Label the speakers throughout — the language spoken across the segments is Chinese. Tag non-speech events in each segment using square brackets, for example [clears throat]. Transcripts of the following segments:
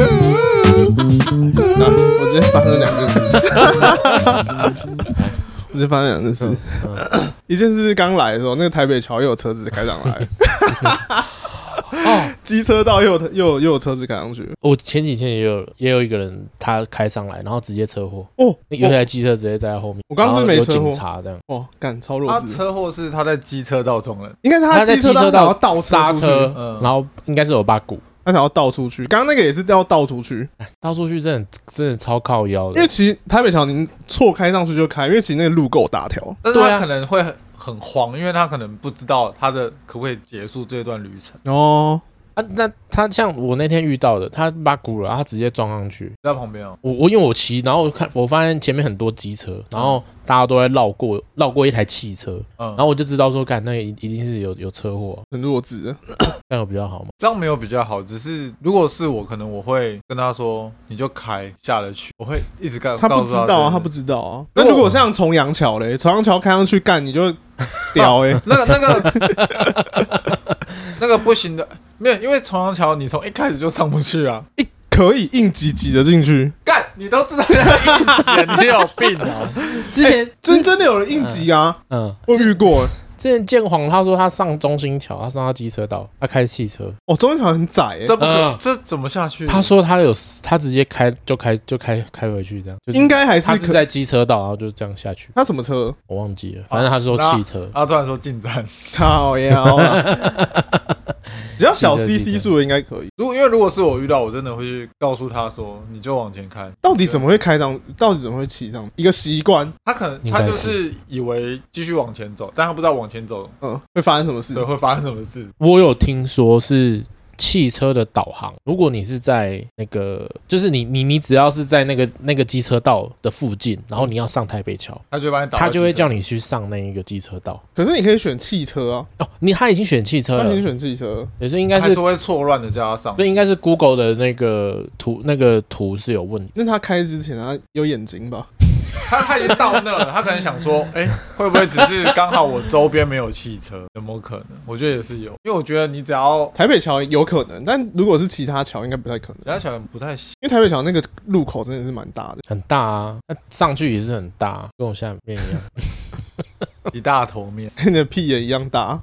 Speaker 1: [laughs] 发生两件事，
Speaker 2: 嗯
Speaker 1: [coughs] 一件事是刚来的时候，那个台北桥又有车子开上来，
Speaker 2: 哦，
Speaker 1: [laughs] 机车道又有又有又有车子开上去，
Speaker 2: 我前几天也有也有一个人，他开上来，然后直接车祸，
Speaker 1: 哦，
Speaker 2: 有一台机车直接在他后面。
Speaker 1: 我刚刚是没
Speaker 2: 然后有
Speaker 1: 车祸
Speaker 2: 警察这样，
Speaker 1: 哦，干超
Speaker 3: 他
Speaker 1: 弱智，
Speaker 3: 车祸是他在机车道撞人，
Speaker 1: 应该是
Speaker 2: 啊他在
Speaker 1: 机
Speaker 2: 机
Speaker 1: 车
Speaker 2: 车
Speaker 1: 道
Speaker 2: 道
Speaker 1: 想要倒
Speaker 2: 刹
Speaker 1: 出去，
Speaker 2: 车，
Speaker 3: 嗯
Speaker 2: 然后应该是有把鼓。
Speaker 1: 他想要倒出去，刚刚那个也是要倒出去，
Speaker 2: 倒出去真的真的超靠腰
Speaker 1: 因
Speaker 2: 的
Speaker 1: 为，其实台北桥您错开上去就开，因为其实那个路够大条，
Speaker 3: 但是
Speaker 2: 对啊
Speaker 3: 他可能会很很慌，因为他可能不知道他的可不可以结束这段旅程，
Speaker 1: 哦，
Speaker 2: 啊，那他像我那天遇到的，他把鼓了，他直接撞上去。
Speaker 3: 在旁边哦，
Speaker 2: 我我因为我骑，然后我看我发现前面很多机车，然后大家都在绕过绕过一台汽车，
Speaker 3: 嗯
Speaker 2: 然，后我就知道说，干那个一一定是有有车祸，
Speaker 1: 很弱智，
Speaker 2: 这样有比较好嘛。
Speaker 3: 这样没有比较好，只是如果是我，可能我会跟他说，你就开下得去，我会一直告
Speaker 1: 他不
Speaker 3: 呃告
Speaker 1: 知
Speaker 3: 诉
Speaker 1: 道啊，他
Speaker 3: 这个
Speaker 1: 不
Speaker 3: 人
Speaker 1: 知道啊。那如果像重阳桥嘞，重阳桥开上去干你就屌
Speaker 3: [laughs]
Speaker 1: 哎，
Speaker 3: 那个那个那个 [laughs] 不行的，没有，因为重阳桥你从一开始就上不去啊。
Speaker 1: 一可以硬挤挤着进去，
Speaker 3: 干，你都 [laughs] 知道要硬 [laughs] 挤，你有病啊！
Speaker 2: [laughs] 之前、
Speaker 1: 哎真真的有人硬挤啊，
Speaker 2: 嗯，
Speaker 1: 我遇过欸
Speaker 2: 之前建黄他说他上中心桥，他上到机车道，他开汽车，
Speaker 1: 哦，中间桥很窄欸
Speaker 3: 这不可
Speaker 2: 嗯，
Speaker 3: 这怎么下去？
Speaker 2: 他说他有他直接开就开就开开回去这样，就是、
Speaker 1: 应该还是
Speaker 2: 他是
Speaker 1: 可。
Speaker 2: 在机车道，然后就这样下去，
Speaker 1: 他什么车？
Speaker 2: 我忘记了，反正他说
Speaker 3: 啊
Speaker 2: 汽车，
Speaker 3: 他突然说进站，
Speaker 1: 靠呀！比较小
Speaker 2: 记得记
Speaker 1: CC
Speaker 2: 得
Speaker 1: 数的应该可以。
Speaker 3: 如果因为如果是我遇到，我真的会去告诉他说，你就往前开。
Speaker 1: 到底怎么会开上？到底怎么会骑上？一个习惯，
Speaker 3: 他可能
Speaker 2: 应该
Speaker 3: 他
Speaker 2: 是
Speaker 3: 就是以为继续往前走，但他不知道往前走
Speaker 1: 嗯，会发生什么事
Speaker 3: 对？会发生什么事。
Speaker 2: 我有听说是汽车的导航，如果你是在那个，就是你你你只要是在那个那个机车道的附近，然后你要上台北桥，
Speaker 3: 他就会
Speaker 1: 嗯
Speaker 3: 把你打到
Speaker 2: 他
Speaker 3: 机车，
Speaker 2: 就会叫你去上那一个机车道。
Speaker 1: 可是你可以选汽车啊，
Speaker 2: 哦，你他已经选汽车
Speaker 1: 那你
Speaker 2: 了，
Speaker 1: 选汽车，
Speaker 2: 也是应该
Speaker 3: 还
Speaker 2: 是
Speaker 3: 是，会错乱的叫他上
Speaker 2: 所。以应该是 Google 的那个图那个图是有问题。
Speaker 1: 那他开之前他有眼睛吧？
Speaker 3: 他他已经到那了，他可能想说，
Speaker 2: [laughs]
Speaker 3: 哎、会不会只是刚好我周边没有汽车？有没有可能？我觉得也是有，因为我觉得你只要
Speaker 1: 台北桥有可能，但如果是其他桥应该不太可能，
Speaker 3: 人家想不太行，
Speaker 1: 因为台北桥那个路口真的是蛮大的。
Speaker 2: 很大啊，那上去也是很大、啊跟我下面一样， [laughs]
Speaker 3: 一大头面，
Speaker 1: 跟你的屁也一样大，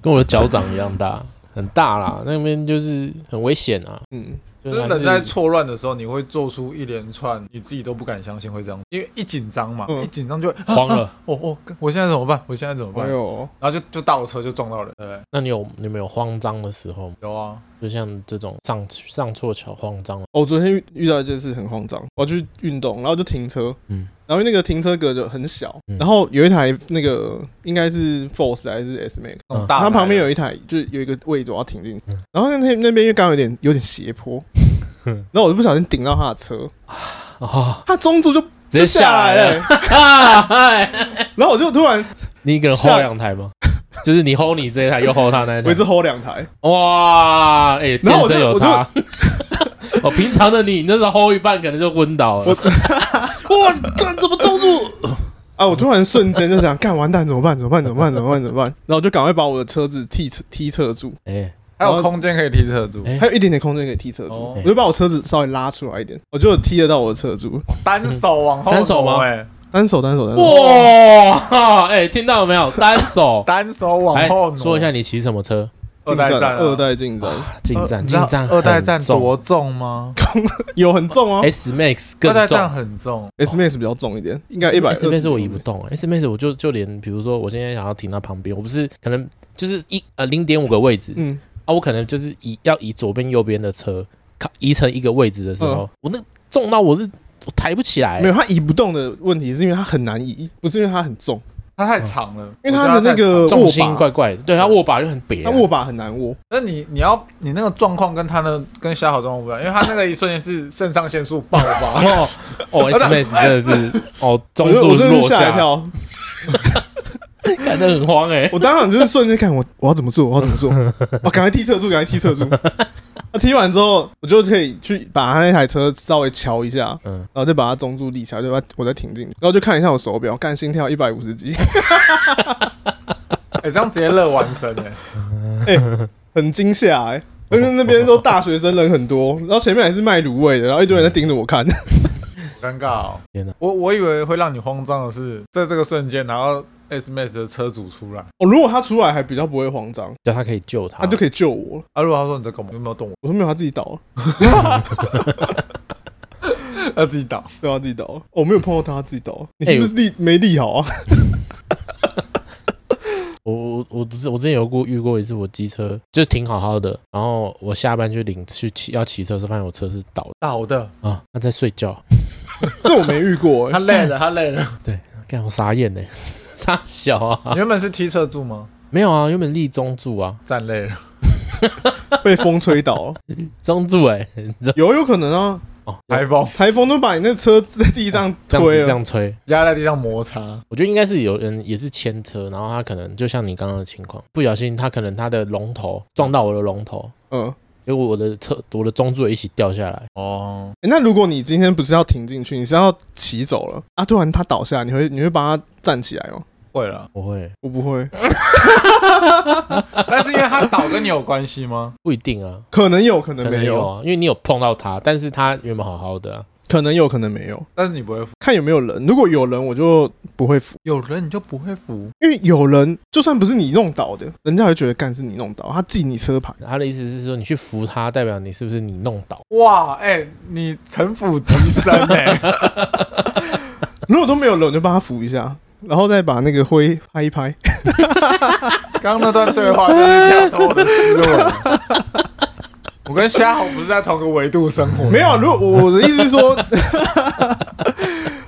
Speaker 2: 跟我的脚掌一样大，啊很大啦。那边就是很危险啊，
Speaker 1: 嗯，
Speaker 2: 就
Speaker 3: 就是
Speaker 2: 还
Speaker 3: 人在错乱的时候，你会做出一连串你自己都不敢相信会这样，因为一紧张嘛，
Speaker 1: 嗯
Speaker 3: 一紧张就会啊
Speaker 2: [laughs] 慌了。
Speaker 3: 哦哦，我现在怎么办？我现在怎么办
Speaker 1: 哎？
Speaker 2: 哦
Speaker 1: 呦，
Speaker 3: 然后就就倒车就撞到人，对不对，
Speaker 2: 那你有你们有慌张的时候吗？
Speaker 3: 有啊，
Speaker 2: 就像这种上上错桥慌 [laughs] 张，啊
Speaker 1: 我哦昨天遇遇到一件事很慌张，我要去运动，然后就停车，
Speaker 2: 嗯
Speaker 1: 然后那个停车格就很小，
Speaker 2: 嗯
Speaker 1: 然后有一台那个应该是 Force 还是 S Max，
Speaker 3: 那种
Speaker 2: 嗯
Speaker 3: 大
Speaker 1: 它
Speaker 3: 牌
Speaker 1: 旁边
Speaker 3: 的
Speaker 1: 有一台就是有一个位置我要停进去，然后那那那边因为刚好有点有点斜坡，然后我就不小心顶到他的车，
Speaker 2: 啊，
Speaker 1: 他中柱就
Speaker 2: 直接
Speaker 1: 就下来
Speaker 2: 下来啊
Speaker 1: 了，
Speaker 2: [laughs]
Speaker 1: 然后我就突然
Speaker 2: 你一个人
Speaker 1: 下
Speaker 2: hold 两台吗？ [laughs] 就是你 hold 你这一台，又 hold 他那一
Speaker 1: 我一
Speaker 2: 台
Speaker 1: 直。吼两台，
Speaker 2: 哇，哎、
Speaker 1: 然后我就
Speaker 2: 健身有差。 [laughs] 哦，平常的你，你那时候 hold 一半，可能就昏倒了。
Speaker 1: [laughs]
Speaker 2: 哇，干怎么中住？
Speaker 1: 啊！我突然瞬间就想，干完蛋怎么办？怎么办？怎么办？怎么办？怎么办？然后我就赶快把我的车子踢车踢侧住，
Speaker 2: [laughs] 哎、
Speaker 3: 还有空间可以提车住，
Speaker 2: 哎
Speaker 1: 还有一点点空间可以踢侧住，
Speaker 3: 哦
Speaker 1: 我就把我车子稍微拉出来一点，我就踢得到我的车柱，
Speaker 3: 单手往后
Speaker 2: 单手吗
Speaker 3: 挪哎，。
Speaker 1: 单手单手单手，
Speaker 2: 哇，哎、听到了没有？单手
Speaker 3: 单手往
Speaker 2: 来
Speaker 3: 后挪。
Speaker 2: 哎说一下，你骑什么车？
Speaker 3: 二代
Speaker 1: 进
Speaker 3: 战啊，
Speaker 1: 二代进站
Speaker 2: 啊，进
Speaker 3: 呃
Speaker 2: 站，
Speaker 3: 你知道
Speaker 2: 进站，
Speaker 3: 二代战多重吗？
Speaker 1: 有很重哦
Speaker 2: S Max
Speaker 3: 二
Speaker 2: 更
Speaker 3: 代
Speaker 2: 重
Speaker 3: 战很重，
Speaker 1: ，S Max 比较重一点，应该一百二
Speaker 2: S
Speaker 1: 十
Speaker 2: M S 我移不动，S 欸 M S 我就就连比如说我现在想要停到旁边，我不是可能就是一呃零点五个位置、
Speaker 1: 嗯，
Speaker 2: 啊，我可能就是移要移左边右边的车，靠移成一个位置的时
Speaker 3: 嗯
Speaker 2: 候，我那重到我是我抬不起来、
Speaker 1: 没有，它移不动的问题是因为它很难移，不是因为它很重，
Speaker 3: 它太长了，
Speaker 1: 因为它的那个
Speaker 3: 我觉得它太长
Speaker 2: 重
Speaker 1: 握
Speaker 2: 心
Speaker 1: 把，
Speaker 2: 怪怪的，对，它握把又很瘪、
Speaker 1: 它握把很难握，
Speaker 3: 那你你要你那个状况跟他的跟虾好状况不一样，因为他那个一瞬间是肾上腺素
Speaker 2: [laughs]
Speaker 3: 爆发，
Speaker 2: 哦哦，S M S 真的是哦，
Speaker 1: [laughs]
Speaker 2: 中
Speaker 1: 我就
Speaker 2: 柱
Speaker 1: 我真的
Speaker 2: 落
Speaker 1: 是吓一
Speaker 2: 下，
Speaker 1: 跳，
Speaker 2: 感觉很慌哎、
Speaker 1: [laughs] 我当场就是瞬间看我我要怎么做，我要怎么做，我赶快踢侧柱，赶快踢侧柱。那踢完之后，我就可以去把他那台车稍微瞧一下，
Speaker 2: 嗯
Speaker 1: 然后再把它中柱立起来，就把它我再停进去，然后就看一下我手表，干心跳一百五十几， [laughs]
Speaker 3: 哎、这样直接乐完身哎、
Speaker 1: 很惊吓哎。而且那边都大学生人很多，然后前面还是卖卤味的，然后一堆人在盯着我看， [laughs]
Speaker 3: 尴尬哦！
Speaker 2: 天哪
Speaker 3: 我我以为会让你慌张的是，在这个瞬间，然后 S Max 的车主出来，
Speaker 1: 哦，如果他出来还比较不会慌张，
Speaker 2: 叫他可以救他，
Speaker 1: 他就可以救我了。
Speaker 3: 啊，如果他说你在干嘛，你有没有动
Speaker 1: 我说没有，他自己倒了，
Speaker 3: 我，他自
Speaker 2: [laughs]
Speaker 3: 己倒，
Speaker 1: 对，他自己倒了。哦我没有碰到他，他自己倒了。你是不是力没力好啊？ [laughs]
Speaker 2: 我我我之我之前有过遇过一次，我机车就停好好的，然后我下班去领去骑要骑车的时候，发现我车是倒
Speaker 3: 倒的，
Speaker 2: 的啊，他在睡觉，
Speaker 1: 这我没遇过、欸
Speaker 3: [laughs] 他。累了，他累了。
Speaker 2: 干我傻眼呢、傻小 [laughs] 啊
Speaker 3: 你，原本是 T 侧柱吗？
Speaker 2: 没有啊，原本立中柱啊，
Speaker 3: 站累了，
Speaker 1: 被风吹倒，
Speaker 2: 中柱哎、
Speaker 1: 有有可能啊，
Speaker 2: 哦，
Speaker 3: 台风
Speaker 1: 台风都把你那车在地上
Speaker 2: 啊这样子
Speaker 1: 推
Speaker 2: 这
Speaker 1: 了。
Speaker 2: 样吹，
Speaker 3: [laughs] 压在地上摩擦，
Speaker 2: 我觉得应该是有人也是牵车，然后他可能就像你刚刚的情况，不小心他可能他的龙头撞到我的龙头，
Speaker 1: 嗯、
Speaker 2: 结果我的车我的中柱也一起掉下来，
Speaker 3: 哦，
Speaker 1: 欸那如果你今天不是要停进去，你是要骑走了啊？突然他倒下，你会你会帮他站起来吗？
Speaker 3: 会了。
Speaker 2: 我会
Speaker 1: 我不会，
Speaker 3: 但是因为他倒跟你有关系吗？ [laughs]
Speaker 2: 不一定啊，
Speaker 1: 可能有可能
Speaker 2: 可能
Speaker 1: 没
Speaker 2: 有
Speaker 1: 有，
Speaker 2: 啊，因为你有碰到他，但是他原本好好的、啊，
Speaker 1: 可能有可能没有，
Speaker 3: 但是你不会扶，
Speaker 1: 看有没有人。如果有人，我就不会扶，
Speaker 3: 有人你就不会扶。
Speaker 1: 因为有人就算不是你弄倒的，人家会觉得干是你弄倒，他记你车牌。
Speaker 2: 他的意思是说，你去扶他，代表你是不是你弄倒？
Speaker 3: 哇，哎、你城府极深哎、 [laughs]
Speaker 1: 如果都没有人，我就帮他扶一下，然后再把那个灰拍一拍。
Speaker 3: 刚刚那段对话就是挑战我的思路。 [laughs] 我跟虾猴不是在同个维度生 [laughs] 活，
Speaker 1: [laughs] 没有，啊如果我的意思是说， [laughs]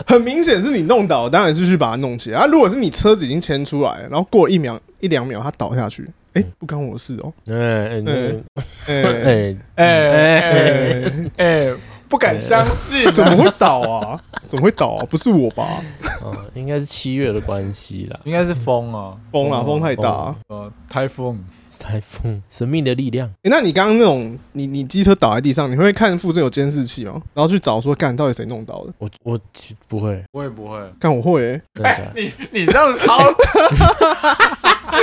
Speaker 1: 很明显是你弄倒，当然是去把它弄起来。啊，如果是你车子已经牵出来，然后过了一秒一两秒它倒下去，哎、不干我的事
Speaker 2: [laughs]
Speaker 1: 哦、
Speaker 2: 哎哎
Speaker 1: 嗯哎、
Speaker 2: 哎
Speaker 3: 哎哎
Speaker 1: 哎
Speaker 3: 哎，不敢相信、
Speaker 1: 怎么会倒啊？怎么会倒啊？不是我吧？
Speaker 2: 哦，应该是七月的关系啦。
Speaker 3: 应该是风啊，
Speaker 1: 风
Speaker 2: 哦
Speaker 1: 啦，风太大、
Speaker 2: 风
Speaker 1: 啊。
Speaker 3: 呃，台风。
Speaker 2: 台风，神秘的力量，
Speaker 1: 哎、那你刚刚那种，你你机车倒在地上，你会看附近有监视器吗？然后去找说，干到底谁弄倒的？
Speaker 2: 我我其不会，
Speaker 3: 我也不会，
Speaker 1: 干我会、欸，
Speaker 2: 真的假的
Speaker 3: 你你这样子超，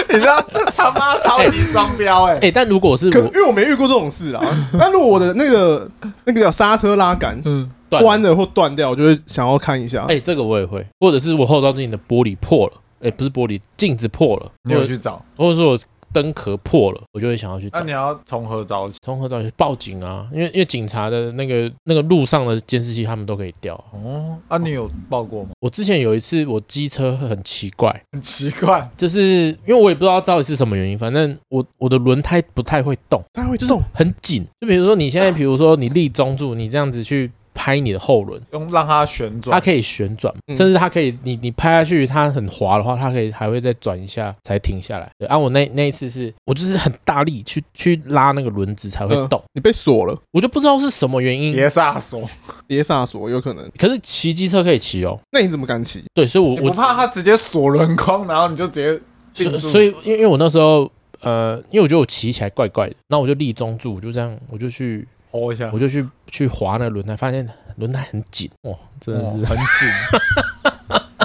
Speaker 3: 你这样是他妈超级双标哎、
Speaker 2: 哎、但如果是
Speaker 1: 可
Speaker 2: 我
Speaker 1: 因为我没遇过这种事啊。 [laughs] 但如果我的那个那个叫刹车拉杆
Speaker 3: 嗯，
Speaker 1: 关了或断掉，我就会想要看一下。
Speaker 2: 哎、这个我也会，或者是我后照镜的玻璃破了，哎、不是玻璃，镜子破了，
Speaker 3: 你
Speaker 2: 或
Speaker 3: 有
Speaker 2: 者
Speaker 3: 去找？
Speaker 2: 或者说我灯壳破了，我就会想要去
Speaker 3: 那
Speaker 2: 找
Speaker 3: 你。要从何找起？
Speaker 2: 从何找去报警啊？因为因为警察的那个那个路上的监视器他们都可以调。
Speaker 3: 哦，啊，你有报过吗？
Speaker 2: 我之前有一次我机车很奇怪，
Speaker 3: 很奇怪，
Speaker 2: 就是因为我也不知道到底是什么原因，反正我我的轮胎不太会动，
Speaker 1: 它哎会动，
Speaker 2: 很紧。就比如说你现在，比如说你立中柱，你这样子去拍你的后轮，
Speaker 3: 用让它旋
Speaker 2: 它
Speaker 3: 转，
Speaker 2: 可以旋转，
Speaker 1: 嗯
Speaker 2: 甚至它可以，你你拍下去，它很滑的话，它可以还会再转一下才停下来。对，啊，我那那一次是我就是很大力去去拉那个轮子才会
Speaker 3: 嗯
Speaker 2: 动，
Speaker 1: 你被锁了，
Speaker 2: 我就不知道是什么原因。
Speaker 3: 别撒手。
Speaker 1: 碟刹锁有可能。
Speaker 2: 可是骑机车可以骑哦，
Speaker 1: 那你怎么敢骑？
Speaker 2: 对，所以我
Speaker 3: 你不
Speaker 2: 我
Speaker 3: 怕他直接锁轮框，然后你就直接定
Speaker 2: 所
Speaker 3: 住
Speaker 2: 所以因为因为我那时候呃，因为我觉得我骑起来怪怪的，那我就立中柱，我就这样我就去
Speaker 3: 吼一下，
Speaker 2: 我就去去滑那个轮胎，发现轮胎很紧，哇，真的是、
Speaker 3: 哦哇很紧。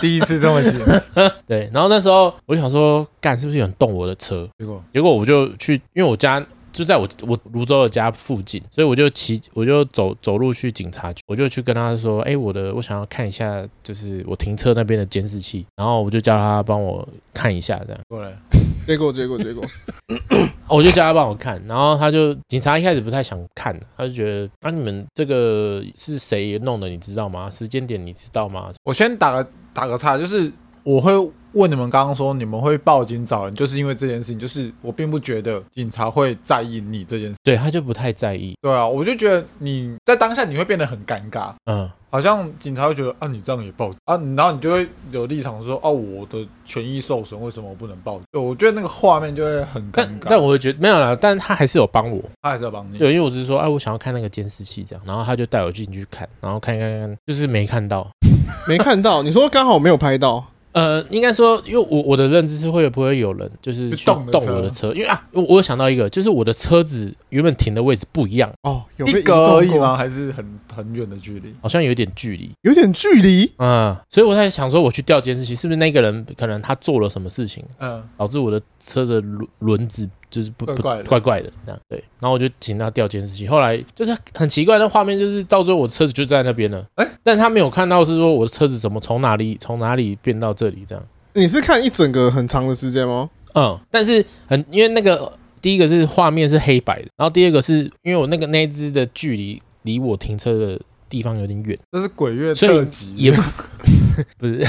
Speaker 3: 第一次这么紧，
Speaker 2: [laughs] 对。然后那时候我就想说，干是不是有人动我的车？
Speaker 3: 结果
Speaker 2: 结果我就去，因为我家就在我我泸州的家附近，所以我就骑，我就走走路去警察局，我就去跟他说，哎、我的我想要看一下，就是我停车那边的监视器，然后我就叫他帮我看一下，这样。哦
Speaker 3: 过来，
Speaker 1: 结果结果结果，
Speaker 2: 我就叫他帮我看，然后他就警察一开始不太想看，他就觉得啊你们这个是谁弄的，你知道吗？时间点你知道吗？
Speaker 3: 我先打个打个岔，就是我会问你们刚刚说你们会报警找人，就是因为这件事情，就是我并不觉得警察会在意你这件事。
Speaker 2: 对，他就不太在意，
Speaker 3: 对啊，我就觉得你在当下你会变得很尴尬，
Speaker 2: 嗯。
Speaker 3: 好像警察会觉得啊，你这样也报警啊，然后你就会有立场说哦、我的权益受损，为什么我不能报警？对，我觉得那个画面就会很尴
Speaker 2: 但
Speaker 3: 尬。嗯
Speaker 2: 但我会觉得没有啦，但他还是有帮我，
Speaker 3: 他还是要帮你。
Speaker 2: 对，因为我只是说，哎、我想要看那个监视器这样，然后他就带我进去看，然后看一看看看，就是没看到。
Speaker 1: 没看到。你说刚好没有拍到，
Speaker 2: 呃，应该说，因为我我的认知是会不会有人就是
Speaker 3: 去
Speaker 2: 去
Speaker 3: 动
Speaker 2: 动
Speaker 3: 我的
Speaker 2: 我的车，因为啊，我我有想到一个，就是我的车子原本停的位置不一样，
Speaker 1: 哦，有被
Speaker 3: 一
Speaker 1: 移动
Speaker 3: 格
Speaker 1: 过
Speaker 3: 而已？吗？还是很很远的距离？
Speaker 2: 好像有点距离，
Speaker 1: 有点距离，
Speaker 2: 嗯，所以我在想说，我去调监视器，是不是那个人可能他做了什么事情，
Speaker 3: 嗯，
Speaker 2: 导致我的车的轮轮子就是不不
Speaker 3: 怪怪的
Speaker 2: 怪怪的这样。对，然后我就请他调监视器，后来就是很奇怪，那画面就是到最后我车子就在那边了，
Speaker 3: 哎
Speaker 2: 但他没有看到是说我的车子怎么从哪里从哪里变到这里这样。
Speaker 1: 你是看一整个很长的时间吗？
Speaker 2: 嗯，但是很因为那个第一个是画面是黑白的，然后第二个是因为我那个那一只的距离离我停车的地方有点远，
Speaker 3: 这是鬼月
Speaker 2: 所以
Speaker 3: 特辑，
Speaker 2: 也不不是，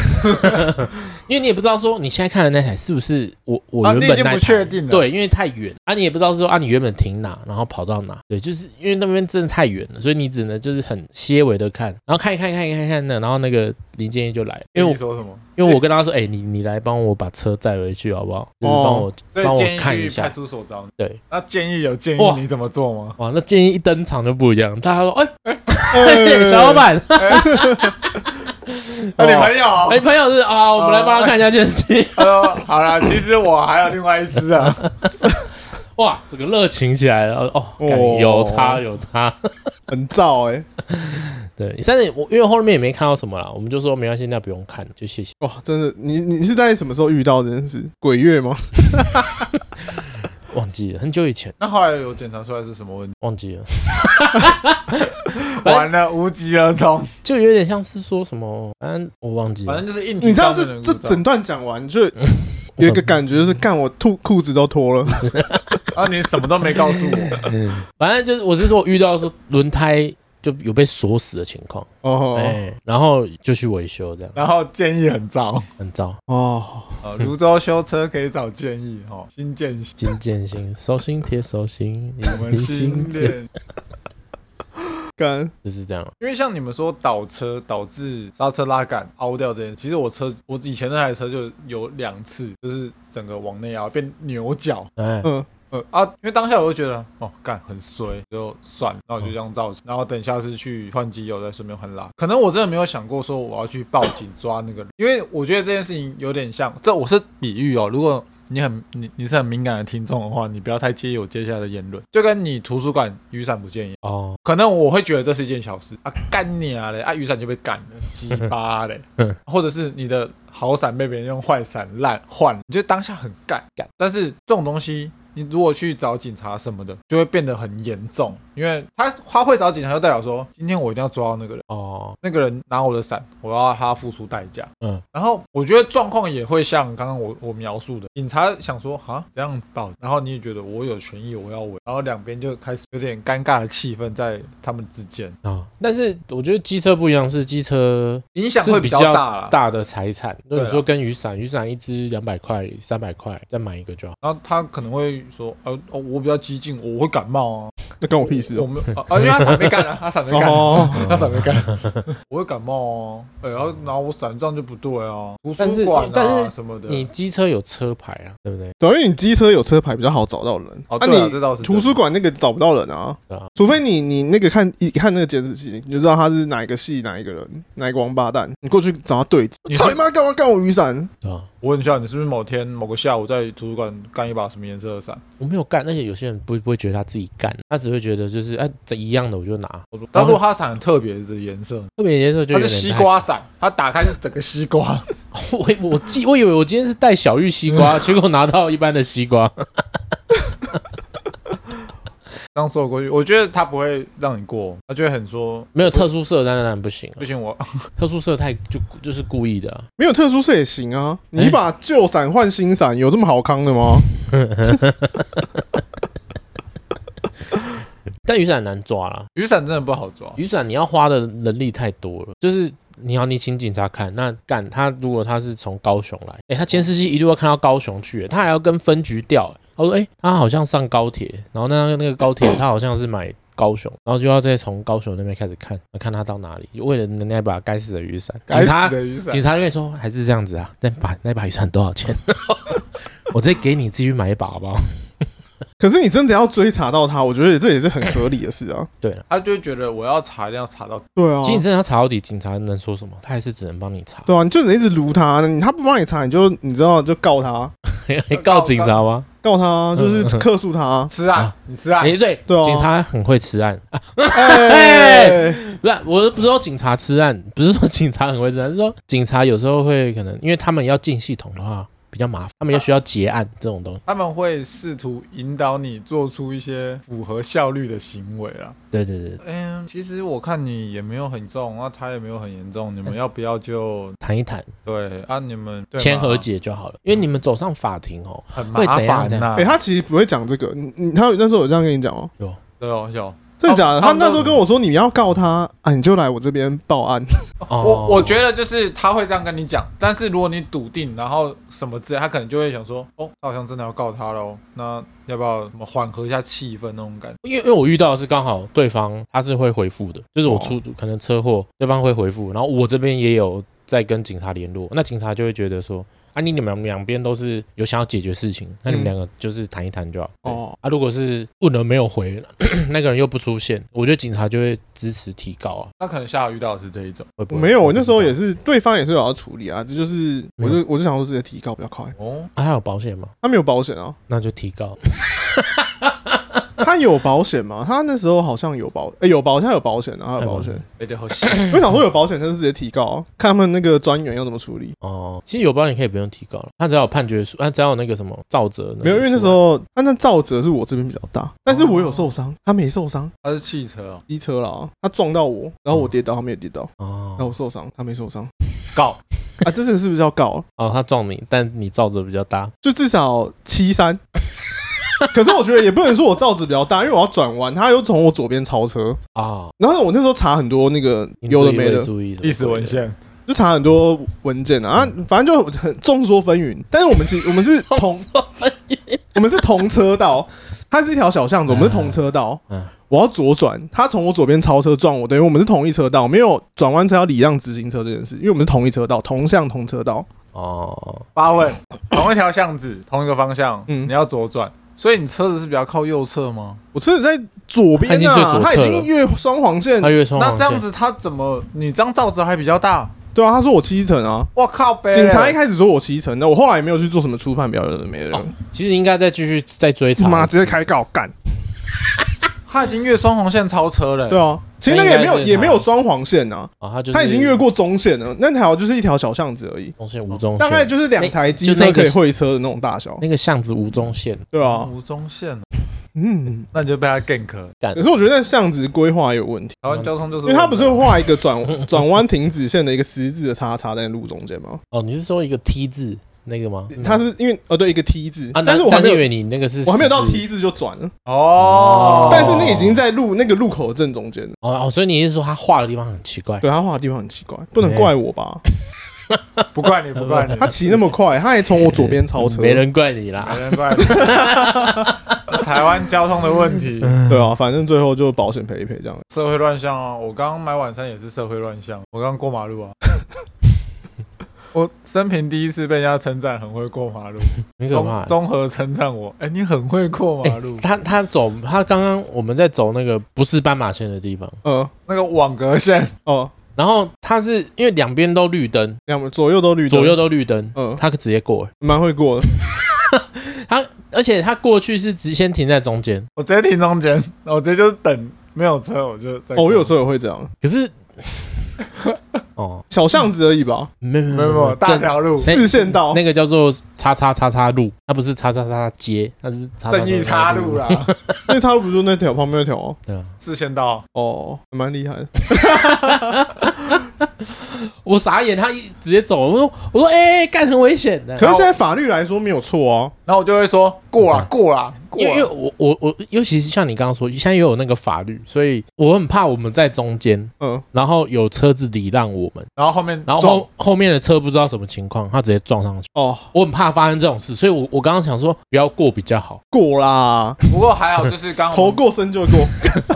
Speaker 2: 因为你也不知道说你现在看的那台是不是我我
Speaker 3: 啊，
Speaker 2: 原
Speaker 3: 你已
Speaker 2: 本
Speaker 3: 经
Speaker 2: 那
Speaker 3: 不
Speaker 2: 一台。
Speaker 3: 确定了。，
Speaker 2: 对，因为太远啊，你也不知道说啊，你原本停哪，然后跑到哪，对，就是因为那边真的太远了，所以你只能就是很些微的看，然后看一看，看一看，看一看的，然后那个林建业就来了，因为
Speaker 3: 你
Speaker 2: 我
Speaker 3: 说什么？
Speaker 2: 因为我跟他说，哎、你你来帮我把车载回去好不好？就是帮我
Speaker 3: 哦所以
Speaker 2: 帮
Speaker 3: 建
Speaker 2: 我看
Speaker 3: 议
Speaker 2: 一
Speaker 3: 去
Speaker 2: 下
Speaker 3: 派出所找你。
Speaker 2: 对，
Speaker 3: 那建议有建议
Speaker 2: 哇
Speaker 3: 你怎么做吗？
Speaker 2: 哇，那建议一登场就不一样，大家说，哎、
Speaker 1: 哎
Speaker 2: [laughs] 小老，板，
Speaker 3: 哎 [laughs] 那你朋友
Speaker 2: [laughs]
Speaker 3: 哦
Speaker 2: 哎、，朋友是啊、我们来帮他看一下电视器，
Speaker 3: 他说好啦，其实我还有另外一只啊。
Speaker 2: 哇，这个热情起来了，哦，
Speaker 1: 哦
Speaker 2: 干有差有差， [laughs]
Speaker 1: 很燥哎，
Speaker 2: 对，但是我因为后面也没看到什么啦，我们就说没关系，那不用看，就谢谢。
Speaker 1: 哇，真的，你你是在什么时候遇到这件事？鬼月
Speaker 3: [laughs]
Speaker 1: 吗？
Speaker 2: 忘记了，很久以前
Speaker 3: 那后来有检查出来是什么问题？
Speaker 2: 忘记了，反正
Speaker 3: 完了，无疾而终。
Speaker 2: 就有点像是说什么，反正我忘记
Speaker 3: 反
Speaker 2: 了。
Speaker 3: 正就是硬体
Speaker 1: 你知道
Speaker 3: 上
Speaker 1: 这
Speaker 3: 面的故
Speaker 1: 这
Speaker 3: 障
Speaker 1: 整段讲完，
Speaker 3: [laughs]
Speaker 1: 就有一个感觉就是，干我裤裤子都脱了， [laughs]
Speaker 3: 啊，你什么都没告
Speaker 2: [laughs]
Speaker 3: 诉我。
Speaker 2: 反正就是我是说我遇到说轮胎就有被锁死的情况，哎、
Speaker 1: 哦
Speaker 2: 然后就去维修，这样
Speaker 3: [laughs] 然后建议很糟。
Speaker 2: 很糟。
Speaker 1: 哦，
Speaker 3: 啊，泸州修车可以找建议哦，新建新
Speaker 2: 金建新手心贴手心，
Speaker 3: 我们新
Speaker 2: 贴
Speaker 3: 建。
Speaker 1: 干
Speaker 2: 就是这样。
Speaker 3: 因为像你们说倒车导致刹车拉杆凹掉这件事，其实我车我以前那台车就有两次，就是整个往内凹变牛角，
Speaker 2: 哎，
Speaker 1: 嗯，
Speaker 3: 呃啊，因为当下我就觉得哦干很衰，就算了，那我就这样造型，然后等下次去换机油再顺便换拉。可能我真的没有想过说我要去报警抓那个人，因为我觉得这件事情有点像，这我是比喻哦，如果。你很你你是很敏感的听众的话，你不要太介意我接下来的言论，就跟你图书馆雨伞不见一样。
Speaker 2: 哦，
Speaker 3: 可能我会觉得这是一件小事啊，干你啊嘞，啊雨伞就被干了，鸡巴嘞，或者是你的好伞被别人用坏伞烂换，你就当下很干
Speaker 2: 干，
Speaker 3: 但是这种东西。你如果去找警察什么的，就会变得很严重，因为他他会找警察，就代表说今天我一定要抓到那个人，
Speaker 2: 哦，
Speaker 3: 那个人拿我的伞，我要他付出代价。
Speaker 2: 嗯，
Speaker 3: 然后我觉得状况也会像刚刚我我描述的，警察想说啊这样子报，然后你也觉得我有权益，我要我，然后两边就开始有点尴尬的气氛在他们之间，
Speaker 2: 哦，但是我觉得机车不一样，是机车
Speaker 3: 影响
Speaker 2: 是
Speaker 3: 会
Speaker 2: 比
Speaker 3: 较
Speaker 2: 较
Speaker 3: 大啦。
Speaker 2: 大的财产。那
Speaker 3: 对
Speaker 2: 你
Speaker 3: 啊
Speaker 2: 说跟雨伞，雨伞一支两百块、三百块，再买一个就好。
Speaker 3: 然后他可能会说，呃，哦，我比较激进，我会感冒啊，
Speaker 1: 那关我屁事
Speaker 3: 我
Speaker 1: 哦。
Speaker 3: 们啊，啊因为他伞被干了，他伞被干了，
Speaker 1: 哦，
Speaker 3: [laughs] 他伞被干了，我会感冒哦、哎，然后拿我伞这样就不对啊，图
Speaker 2: 但是
Speaker 3: 书馆
Speaker 2: 但
Speaker 3: 啊
Speaker 2: 是
Speaker 3: 什么的，
Speaker 2: 嗯你机车有车牌啊，对不对？
Speaker 1: 对，因为你机车有车牌比较好找到人，
Speaker 3: 哦，
Speaker 1: 啊
Speaker 3: 对啊，
Speaker 1: 你
Speaker 3: 这倒是真
Speaker 1: 图
Speaker 3: 的
Speaker 1: 书馆那个找不到人啊
Speaker 2: 对啊，
Speaker 1: 除非你你那个看一看那个监视器，你就知道他是哪一个系哪一个人哪一个王八蛋，你过去找他对峙
Speaker 3: 你，是
Speaker 1: 操你妈干嘛干我雨伞？
Speaker 2: 对啊，
Speaker 3: 我问一下，你是不是某天某个下午在图书馆干一把什么颜色的伞？
Speaker 2: 我没有干，而且有些人不不会觉得他自己干，他只会觉得就是哎，这一样的我就拿。
Speaker 3: 我说，但如果它伞很特别的颜色，
Speaker 2: 特别颜色就
Speaker 3: 它
Speaker 2: 有
Speaker 3: 是
Speaker 2: 点
Speaker 3: 西
Speaker 2: 太。
Speaker 3: 瓜伞，它打开是整个西瓜，
Speaker 2: [laughs]
Speaker 3: [laughs]
Speaker 2: 我以我记我以为我今天是带小玉西瓜，结果拿到一般的西瓜。
Speaker 3: 刚说过去，我觉得它不会让你过，它就会很说
Speaker 2: 没有特殊色，当然当然不行啊
Speaker 3: 不。行，我
Speaker 2: 特殊色太就就是故意的啊、
Speaker 1: 没有特殊色也行啊，你
Speaker 2: 哎
Speaker 1: 把旧伞换新伞，有这么好康的吗？
Speaker 2: 但雨伞很难抓啦，
Speaker 3: 雨伞真的不好抓，
Speaker 2: 雨伞你要花的人力太多了，就是你要你请警察看，那干他如果他是从高雄来，哎诶，他监视器一路要看到高雄去，他还要跟分局调，他说诶，哎他好像上高铁，然后那那个高铁他好像是买。高雄，然后就要再从高雄那边开始看，看他到哪里。为了那把该死的雨伞，警
Speaker 3: 该
Speaker 2: 察
Speaker 3: 死的雨伞
Speaker 2: 警，察就会说还是这样子啊，那把那把雨伞多少钱？ [laughs] 我直接给你自己去买一把好不好？
Speaker 3: 哦
Speaker 1: 可是你真的要追查到他，我觉得这也是很合理的事啊。
Speaker 2: 对了，
Speaker 3: 他就会觉得我要查一定要查到，
Speaker 1: 对啊
Speaker 2: 其，实你真的要查到底，警察能说什么？他还是只能帮你查。
Speaker 1: 对啊，你就只能一直撸他，你他不帮你查，你就你知道就告他，
Speaker 2: [laughs] 告警察吗？
Speaker 1: 告他就是
Speaker 2: 嗯嗯嗯
Speaker 1: 克诉
Speaker 2: [laughs]
Speaker 1: 他。
Speaker 3: 吃案
Speaker 2: 啊，
Speaker 3: 你吃案
Speaker 2: 哎、，对，
Speaker 1: 对啊
Speaker 2: 警察很会吃案，啊、
Speaker 1: 哎，
Speaker 2: 不是，我不是说警察吃案，不是说警察很会吃案，是说警察有时候会可能，因为他们要进系统的话，比较麻烦，他们又需要结案这种东西。
Speaker 3: 他们会试图引导你做出一些符合效率的行为啦。
Speaker 2: 对对对，对
Speaker 3: 嗯，其实我看你也没有很重，那他也没有很严重，你
Speaker 2: 哎
Speaker 3: 们要不要就
Speaker 2: 谈一谈，
Speaker 3: 对啊？你们对嘛
Speaker 2: 签和解就好了，因为你们走上法庭哦，
Speaker 3: 很麻
Speaker 2: 会怎样
Speaker 3: 烦
Speaker 2: 怎
Speaker 3: 呐、
Speaker 1: 哎、他其实不会讲这个，你你他有那时候有这样跟你讲哦、
Speaker 3: 对哦，有
Speaker 1: 真的假的？
Speaker 3: 他
Speaker 1: 他
Speaker 3: 们都
Speaker 1: 那时候跟我说你要告他啊，你就来我这边报案。
Speaker 2: 哦
Speaker 3: 我我觉得就是他会这样跟你讲，但是如果你笃定，然后什么之类，他可能就会想说，哦，他好像真的要告他喽，那要不要什么缓和一下气氛那种感觉？
Speaker 2: 因为因为我遇到的是刚好对方他是会回复的，就是
Speaker 1: 哦
Speaker 2: 我出、可能车祸，对方会回复，然后我这边也有在跟警察联络，那警察就会觉得说。啊，你你们两边都是有想要解决事情，那你
Speaker 1: 嗯
Speaker 2: 们两个就是谈一谈就好。对
Speaker 1: 哦
Speaker 2: 啊，如果是不能没有回， [clears throat] 那个人又不出现，我觉得警察就会支持提告啊，
Speaker 3: 那可能下午遇到的是这一种
Speaker 2: 会不会？
Speaker 1: 没有，我那时候也
Speaker 2: 是。
Speaker 1: 是，对方也是有要处理啊，这就是我
Speaker 2: 没
Speaker 1: 就我就想说直接提告比较快。
Speaker 3: 哦，
Speaker 2: 啊，他有保险吗？
Speaker 1: 他没有保险啊，
Speaker 2: 那就提告。
Speaker 1: 他有保险吗？他那时候好像有保，哎有保，他有保险啊，他有保险。
Speaker 3: 有点好笑。
Speaker 1: 我想说有保险，他就直接提告啊，看他们那个专员要怎么处理。
Speaker 2: 哦，其实有保险可以不用提高了，他只要有判决书，他只要有那个啊什么造责，
Speaker 1: 没有，因为那时候他那照责是我这边比较大，但是我有受伤，他没受伤，
Speaker 3: 他是汽车哦，
Speaker 1: 机车啦，他撞到我，然后我跌倒，他没有跌倒，然后
Speaker 2: 哦
Speaker 1: 我受伤，他没受伤
Speaker 3: 告
Speaker 1: 啊，这个是不是要告啊？
Speaker 2: 哦，他撞你，但你造责比较大，
Speaker 1: 就至少七三。 [laughs] 可是我觉得也不能说我罩子比较大，因为我要转弯，他又从我左边超车。
Speaker 2: 啊，
Speaker 1: 然后我那时候查很多那个
Speaker 2: 你
Speaker 1: 有的
Speaker 2: 注意
Speaker 1: 没的
Speaker 2: 未，注意
Speaker 3: 历史文，献，
Speaker 1: 就查很多文件啊，
Speaker 2: 嗯
Speaker 1: 啊反正就很众说纷纭。但是我们其实我们是同 [laughs] 我们是同车道，它是一条小巷子，我们是同车道。
Speaker 2: 嗯
Speaker 1: 我要左转，他从我左边超车撞我，等于我们是同一车道，没有转弯车要礼让直行车这件事，因为我们是同一车道，同向同车道。
Speaker 2: 哦，
Speaker 3: 八问，同一条巷子，同一个方向，
Speaker 1: 嗯
Speaker 3: 你要左转，所以你车子是比较靠右侧吗？
Speaker 1: 我车子在左边
Speaker 2: 他已经最左
Speaker 1: 啊，他已
Speaker 2: 侧了
Speaker 1: 经越双黄线
Speaker 2: 他，越双
Speaker 3: 那
Speaker 2: 黄
Speaker 3: 这
Speaker 2: 线
Speaker 3: 样，子他怎么你这样照着还比较大？
Speaker 1: 对啊，他说我七成啊，
Speaker 3: 我靠北，
Speaker 1: 警察一开始说我骑乘的，我后来也没有去做什么初判表，有的没的
Speaker 2: 哦，其实应该再继续再追查，
Speaker 1: 妈直接，开告干。
Speaker 3: 他已经越双红线超车了、
Speaker 1: 对啊，其实那个也没有
Speaker 2: 那应该是他
Speaker 1: 也没有双黄线啊，
Speaker 2: 哦，他就是
Speaker 1: 他已经越过中线了，那条就是一条小巷子而已，
Speaker 2: 中线无中线，
Speaker 1: 大概就是两台机车可以会车的那种大小。
Speaker 2: 那个巷子无中线，
Speaker 1: 对啊，
Speaker 3: 吴宗宪，
Speaker 1: 嗯，
Speaker 3: 那你就被他 gank。
Speaker 2: 干
Speaker 1: 可，是我觉得那巷子规划也有问题，
Speaker 3: 台湾交通就是
Speaker 1: 因为他不是画一个转 [laughs] 转弯停止线的一个十字的叉叉在路中间吗？
Speaker 2: 哦，你是说一个 T 字那个吗？
Speaker 1: 他是因为哦对一个 T 字，
Speaker 2: 嗯啊，
Speaker 1: 但是我还
Speaker 2: 但
Speaker 1: 没
Speaker 2: 是以
Speaker 1: 有
Speaker 2: 为你那个是
Speaker 1: 我还没有到
Speaker 2: 十字
Speaker 1: T 字就转了，
Speaker 3: 哦，
Speaker 1: 但是那已经在路那个路口的正中间了。
Speaker 2: 哦哦，所以你是说他画的地方很奇怪，
Speaker 1: 对他画的地方很奇怪，不能怪我吧？
Speaker 3: 不怪你，不怪你，
Speaker 1: [laughs] 他骑那么快，他还从我左边超车，
Speaker 2: 嗯
Speaker 1: 嗯
Speaker 2: 没人怪你
Speaker 3: 没
Speaker 2: 啦，
Speaker 3: 人怪你。台湾交通的问题， [laughs]
Speaker 1: 对啊，反正最后就保险赔一赔这样。
Speaker 3: 社会乱象啊！我刚刚买晚餐也是社会乱象，我刚刚过马
Speaker 1: [laughs]
Speaker 3: 路啊。我生平第一次被人家称赞很会过马路，
Speaker 2: 很可怕
Speaker 3: 综。综合称赞我，哎、你很会过马
Speaker 1: 哎
Speaker 3: 路。
Speaker 2: 他他走，他刚刚我们在走那个不是斑马线的地方，
Speaker 1: 呃，
Speaker 3: 那个网格线， [laughs]
Speaker 1: 哦，
Speaker 2: 然后他是因为两边都绿灯，
Speaker 1: 两边左右都绿灯，
Speaker 2: 左右都绿灯，
Speaker 1: 嗯
Speaker 2: 他直接过，
Speaker 1: 蛮会过 [laughs] 的。
Speaker 2: 而且他过去是直先停在中间，
Speaker 3: 我直接停中间，然后我直接就是等没有车，我就在。
Speaker 1: 哦，我有时候也会这样，
Speaker 2: 可是哦，
Speaker 1: 小巷子而已吧，
Speaker 2: 没有
Speaker 3: 没
Speaker 2: 没
Speaker 3: 有没
Speaker 1: 嗯
Speaker 3: 有大
Speaker 2: 正
Speaker 3: 条路，
Speaker 2: 那
Speaker 1: 四线道
Speaker 2: 那。个叫做叉叉叉叉路，它不是叉叉叉叉街，它是叉叉
Speaker 3: 正义
Speaker 2: 叉
Speaker 3: 岔路
Speaker 2: 啦。
Speaker 3: 啦，
Speaker 1: 那差不多那条旁边那条哦，
Speaker 2: 对啊，
Speaker 3: 四线道。
Speaker 1: 哦，蛮厉害的。
Speaker 2: 哎我傻眼，他一直接走，我说我说哎，欸干很危险的。
Speaker 1: 可是现在法律来说没有错啊，
Speaker 3: 然后我就会说过啦，过啦，过
Speaker 2: 因为因为
Speaker 3: 啦。
Speaker 2: 我我我，尤其是像你刚刚说，现在又有那个法律，所以我很怕我们在中间，
Speaker 1: 嗯，
Speaker 2: 然后有车子礼让我们，
Speaker 3: 然后后面
Speaker 2: 然后
Speaker 3: 撞
Speaker 2: 后后面的车不知道什么情况，他直接撞上去。
Speaker 1: 哦，
Speaker 2: 我很怕发生这种事，所以我我刚刚想说不要过比较好。
Speaker 1: 过啦，
Speaker 2: 嗯
Speaker 3: 不过还好，就是刚
Speaker 1: 头过身就过，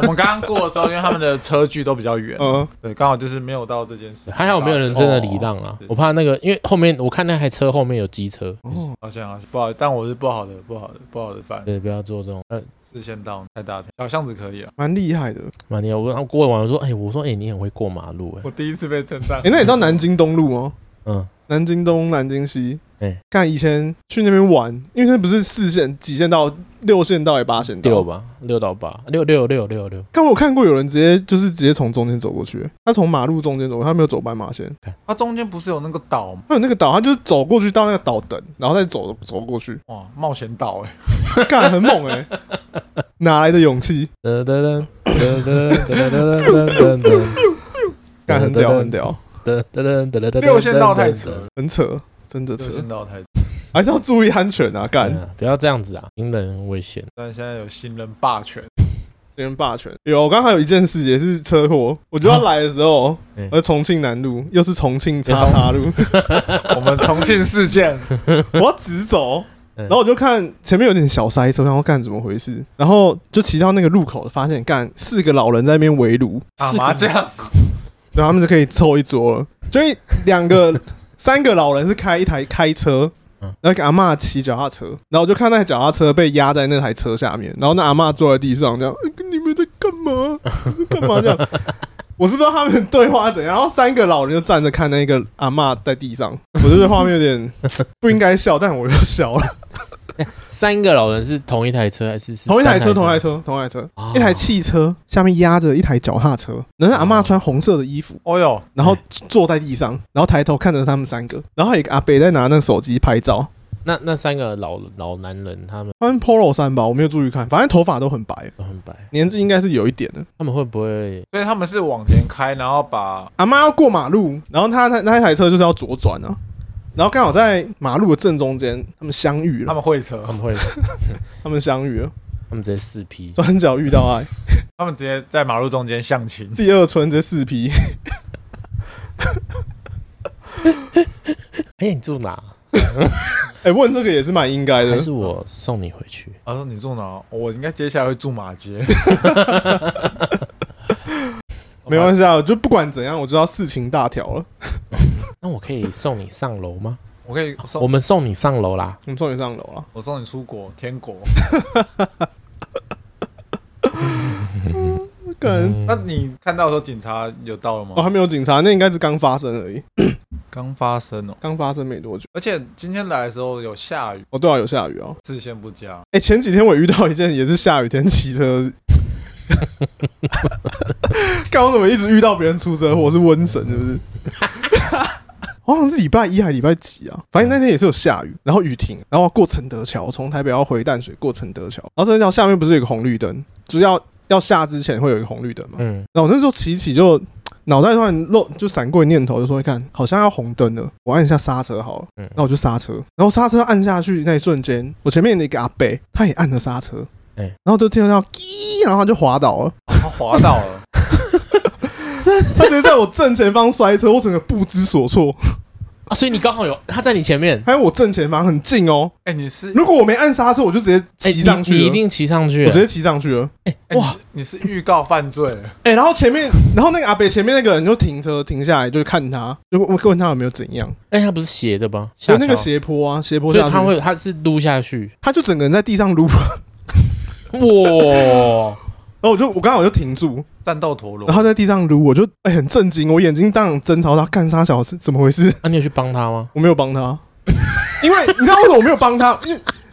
Speaker 3: 我们刚刚过的时候，因为他们的车距都比较远，
Speaker 1: 嗯，
Speaker 3: 对，刚好就是没有到这件事。
Speaker 2: 还好没有人真的礼让啊
Speaker 3: 哦，
Speaker 2: 我怕那个，因为后面我看那台车后面有机车，就是
Speaker 1: 哦，
Speaker 3: 抱歉啊，不好，但我是不好的，不好的，不好的犯。
Speaker 2: 对，不要做这种。呃，
Speaker 3: 四线道太大条，小巷子可以啊。
Speaker 1: 蛮厉害的。
Speaker 2: 马尼亚，我然后过完我说，哎，我说哎，你很会过马路哎，
Speaker 3: 我第一次被称赞
Speaker 1: 哎，，那你知道南京东路吗？
Speaker 2: 嗯，
Speaker 1: 南京东、南京西，
Speaker 2: 哎
Speaker 1: 看以前去那边玩，因为那不是四线、几线道、六线道也八线道
Speaker 2: 六。吧，六到八，六六六六六，
Speaker 1: 但我有看过有人直接就是直接从中间走过去，他从马路中间走过去，他没有走斑马线，
Speaker 3: 它中间不是有那个岛吗？
Speaker 1: 他有那个岛，他就是走过去到那个岛等，然后再走走过去，
Speaker 3: 哇，冒险岛哎、
Speaker 1: 干很猛 [laughs] 哎、哪来的勇气？
Speaker 2: 噔噔噔噔噔噔噔噔噔
Speaker 1: 干很屌很屌，
Speaker 2: 噔噔噔噔噔，
Speaker 3: 六线道太扯
Speaker 2: [laughs]
Speaker 3: 了，
Speaker 1: 很扯，真的扯
Speaker 3: 六，线道太扯。
Speaker 1: 还是要注意安全啊！干，
Speaker 2: 嗯，不要这样子啊，行人很危险。
Speaker 3: 但现在有新人霸权，
Speaker 1: 别人霸权。有，我刚还有一件事也是车祸，我就要来的时候
Speaker 2: 嗯，
Speaker 1: 而重庆南路又是重庆叉叉路，
Speaker 3: 我们重庆事件，
Speaker 2: [laughs]
Speaker 1: 我要直走。
Speaker 2: 嗯
Speaker 1: 然后我就看前面有点小塞车，然后干怎么回事？然后就骑到那个路口，发现干四个老人在那边围炉，
Speaker 3: 打麻将，
Speaker 1: 然后他们就可以凑一桌了。所以两
Speaker 2: [laughs]
Speaker 1: 个、三个老人是开一台开车
Speaker 2: 嗯，
Speaker 1: 然后给阿嬷骑脚踏车，然后我就看那台脚踏车被压在那台车下面，然后那阿嬷坐在地上这样，呃你们在干嘛？你们干嘛这样？
Speaker 2: [laughs]
Speaker 1: 我是不知道他们对话怎样，然后三个老人就站着看那个阿嬷在地上，我觉得画面有
Speaker 2: [laughs]
Speaker 1: 点不应该笑，但我又笑了。
Speaker 2: 三个老人是同一台车还是
Speaker 1: 同一台车，同一台
Speaker 2: 车？
Speaker 1: 车，同一台车，
Speaker 2: 哦
Speaker 1: 一台汽车下面压着一台脚踏车，然后阿嬷穿红色的衣
Speaker 2: 哎
Speaker 1: 服，
Speaker 3: 哦哟，
Speaker 1: 然后坐在地上，然后抬头看着他们三个，然后还有一个阿北在拿那手机拍照，
Speaker 2: 那那三个老老男人他们
Speaker 1: 穿 polo 衫吧，我没有注意看，反正头发都很白，
Speaker 2: 都很白，
Speaker 1: 年纪应该是有一点的。
Speaker 2: 他们会不会
Speaker 3: 所以他们是往前开，然后把
Speaker 1: 阿妈要过马路，然后他那那台车就是要左转啊，然后刚好在马路的正中间，他们相遇
Speaker 3: 他
Speaker 1: 了，
Speaker 2: 啊
Speaker 3: 们会车
Speaker 2: 他，们会
Speaker 1: 他们相遇了，
Speaker 2: 他们直接四 P
Speaker 1: 转角遇到
Speaker 2: [laughs]
Speaker 1: 爱，
Speaker 3: 他们直接在马路中间相亲，
Speaker 1: 第二春这四批，
Speaker 2: 哎、你住哪？
Speaker 1: [laughs] 哎，问这个也是蛮应该的
Speaker 2: 还，是我送你回去？
Speaker 3: 他说你住哪？哦我应该接下来会住马街，
Speaker 1: 没关系啊，就不管怎样，我知道事情大条了，
Speaker 2: 那我可以送你上楼吗？
Speaker 3: [laughs] 我可以
Speaker 2: 我
Speaker 3: 送
Speaker 2: 们送你上楼啦。
Speaker 1: 我们终于上楼了。
Speaker 3: 我送你出国天国。
Speaker 1: 干，
Speaker 3: 那你看到的时候，警察有到了
Speaker 1: 嗯哦，
Speaker 3: 吗？
Speaker 1: 还没有警察，那应该是刚发生而已，
Speaker 3: 刚发生哦，
Speaker 1: 刚发生没多久。
Speaker 3: 而且今天来的时候有下雨，
Speaker 1: 哦，对啊，有下雨哦。
Speaker 3: 视线不佳，
Speaker 1: 哎、前几天我遇到一件也是下雨天骑车， [laughs] 刚我怎么一直遇到别人出车祸？是瘟神是不是？ [laughs] 好像是礼拜一还是礼拜几啊？反正那天也是有下雨，然后雨停，然后过承德桥，从台北要回淡水过承德桥，然后承德桥下面不是有一个红绿灯，就是要要下之前会有一个红绿灯嘛。
Speaker 2: 嗯，
Speaker 1: 然后我那时候骑一骑就脑袋突然漏，就闪过一念头，就说：“看，好像要红灯了，我按一下刹车好了。”
Speaker 2: 嗯
Speaker 1: 然后我就刹车，然后刹车按下去那一瞬间，我前面的一个阿伯他也按了刹车，
Speaker 2: 哎
Speaker 1: 然后就听到“叽”，然后他就滑倒了，
Speaker 3: 他哦滑到了，
Speaker 1: 他直接在我正前方摔车，我整个不知所措。
Speaker 2: 啊，所以你刚好有他在你前面，
Speaker 1: 还有我正前方很近哦，
Speaker 3: 哎，你是
Speaker 1: 如果我没按刹车，我就直接
Speaker 2: 哎
Speaker 1: 骑上去
Speaker 2: 你，
Speaker 1: 了，
Speaker 2: 你一定骑上去
Speaker 1: 我直
Speaker 2: 了。
Speaker 1: 接骑上去了。
Speaker 3: 哇，你是预告犯罪了，
Speaker 1: 哎、然后前面，然后那个阿伯前面那个人就停车停下来，就看他，就问问他有没有怎样，
Speaker 2: 哎、他不是斜的吗？
Speaker 1: 就
Speaker 2: 下
Speaker 1: 那个
Speaker 2: 桥，
Speaker 1: 斜坡啊，斜坡
Speaker 2: 所
Speaker 1: 下
Speaker 2: 以
Speaker 1: 去，
Speaker 2: 他会他是撸下去。
Speaker 1: 他就整个人在地上撸 [laughs] 嗯
Speaker 2: 哇，
Speaker 1: 然后我就我刚好我就停住，
Speaker 2: 哦
Speaker 3: 战斗陀螺
Speaker 1: 然后。他在地上撸，我就哎、很震惊，我眼睛当场挣扎到干啥小事，怎么回事？ [laughs]
Speaker 2: 啊那、你有去帮他吗？
Speaker 1: 我没有帮他， [laughs] 因为你知道为什么我没有帮他？ [laughs]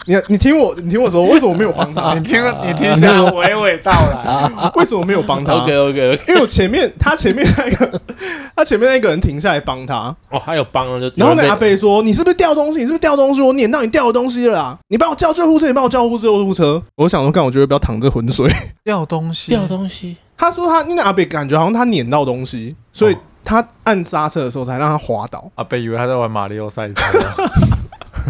Speaker 1: 因为你你听我你听我说，为什么我没有帮他？ [laughs]
Speaker 3: 你听，你听一下娓娓道来。
Speaker 1: 为什么没有帮他
Speaker 2: OK OK OK，
Speaker 1: 因为我前面他前面那个 [laughs] 他前面那个人停下来帮他，
Speaker 2: 哦，他有帮了就。
Speaker 1: 然后那
Speaker 2: 有人被
Speaker 1: 个阿贝说：“你是不是掉东西？你是不是掉东西？我撵到你掉的东西了啊！你帮我叫救护车，你帮我叫护救护车。”我想说，干，我觉得不要淌这浑水。
Speaker 3: 掉东西，
Speaker 2: 掉东西，
Speaker 1: 他说他那个阿北感觉好像他撵到东西，所以
Speaker 3: 哦
Speaker 1: 他按刹车的时候才让他滑倒。 [laughs]
Speaker 3: 阿啊北以为他在玩马里奥赛车，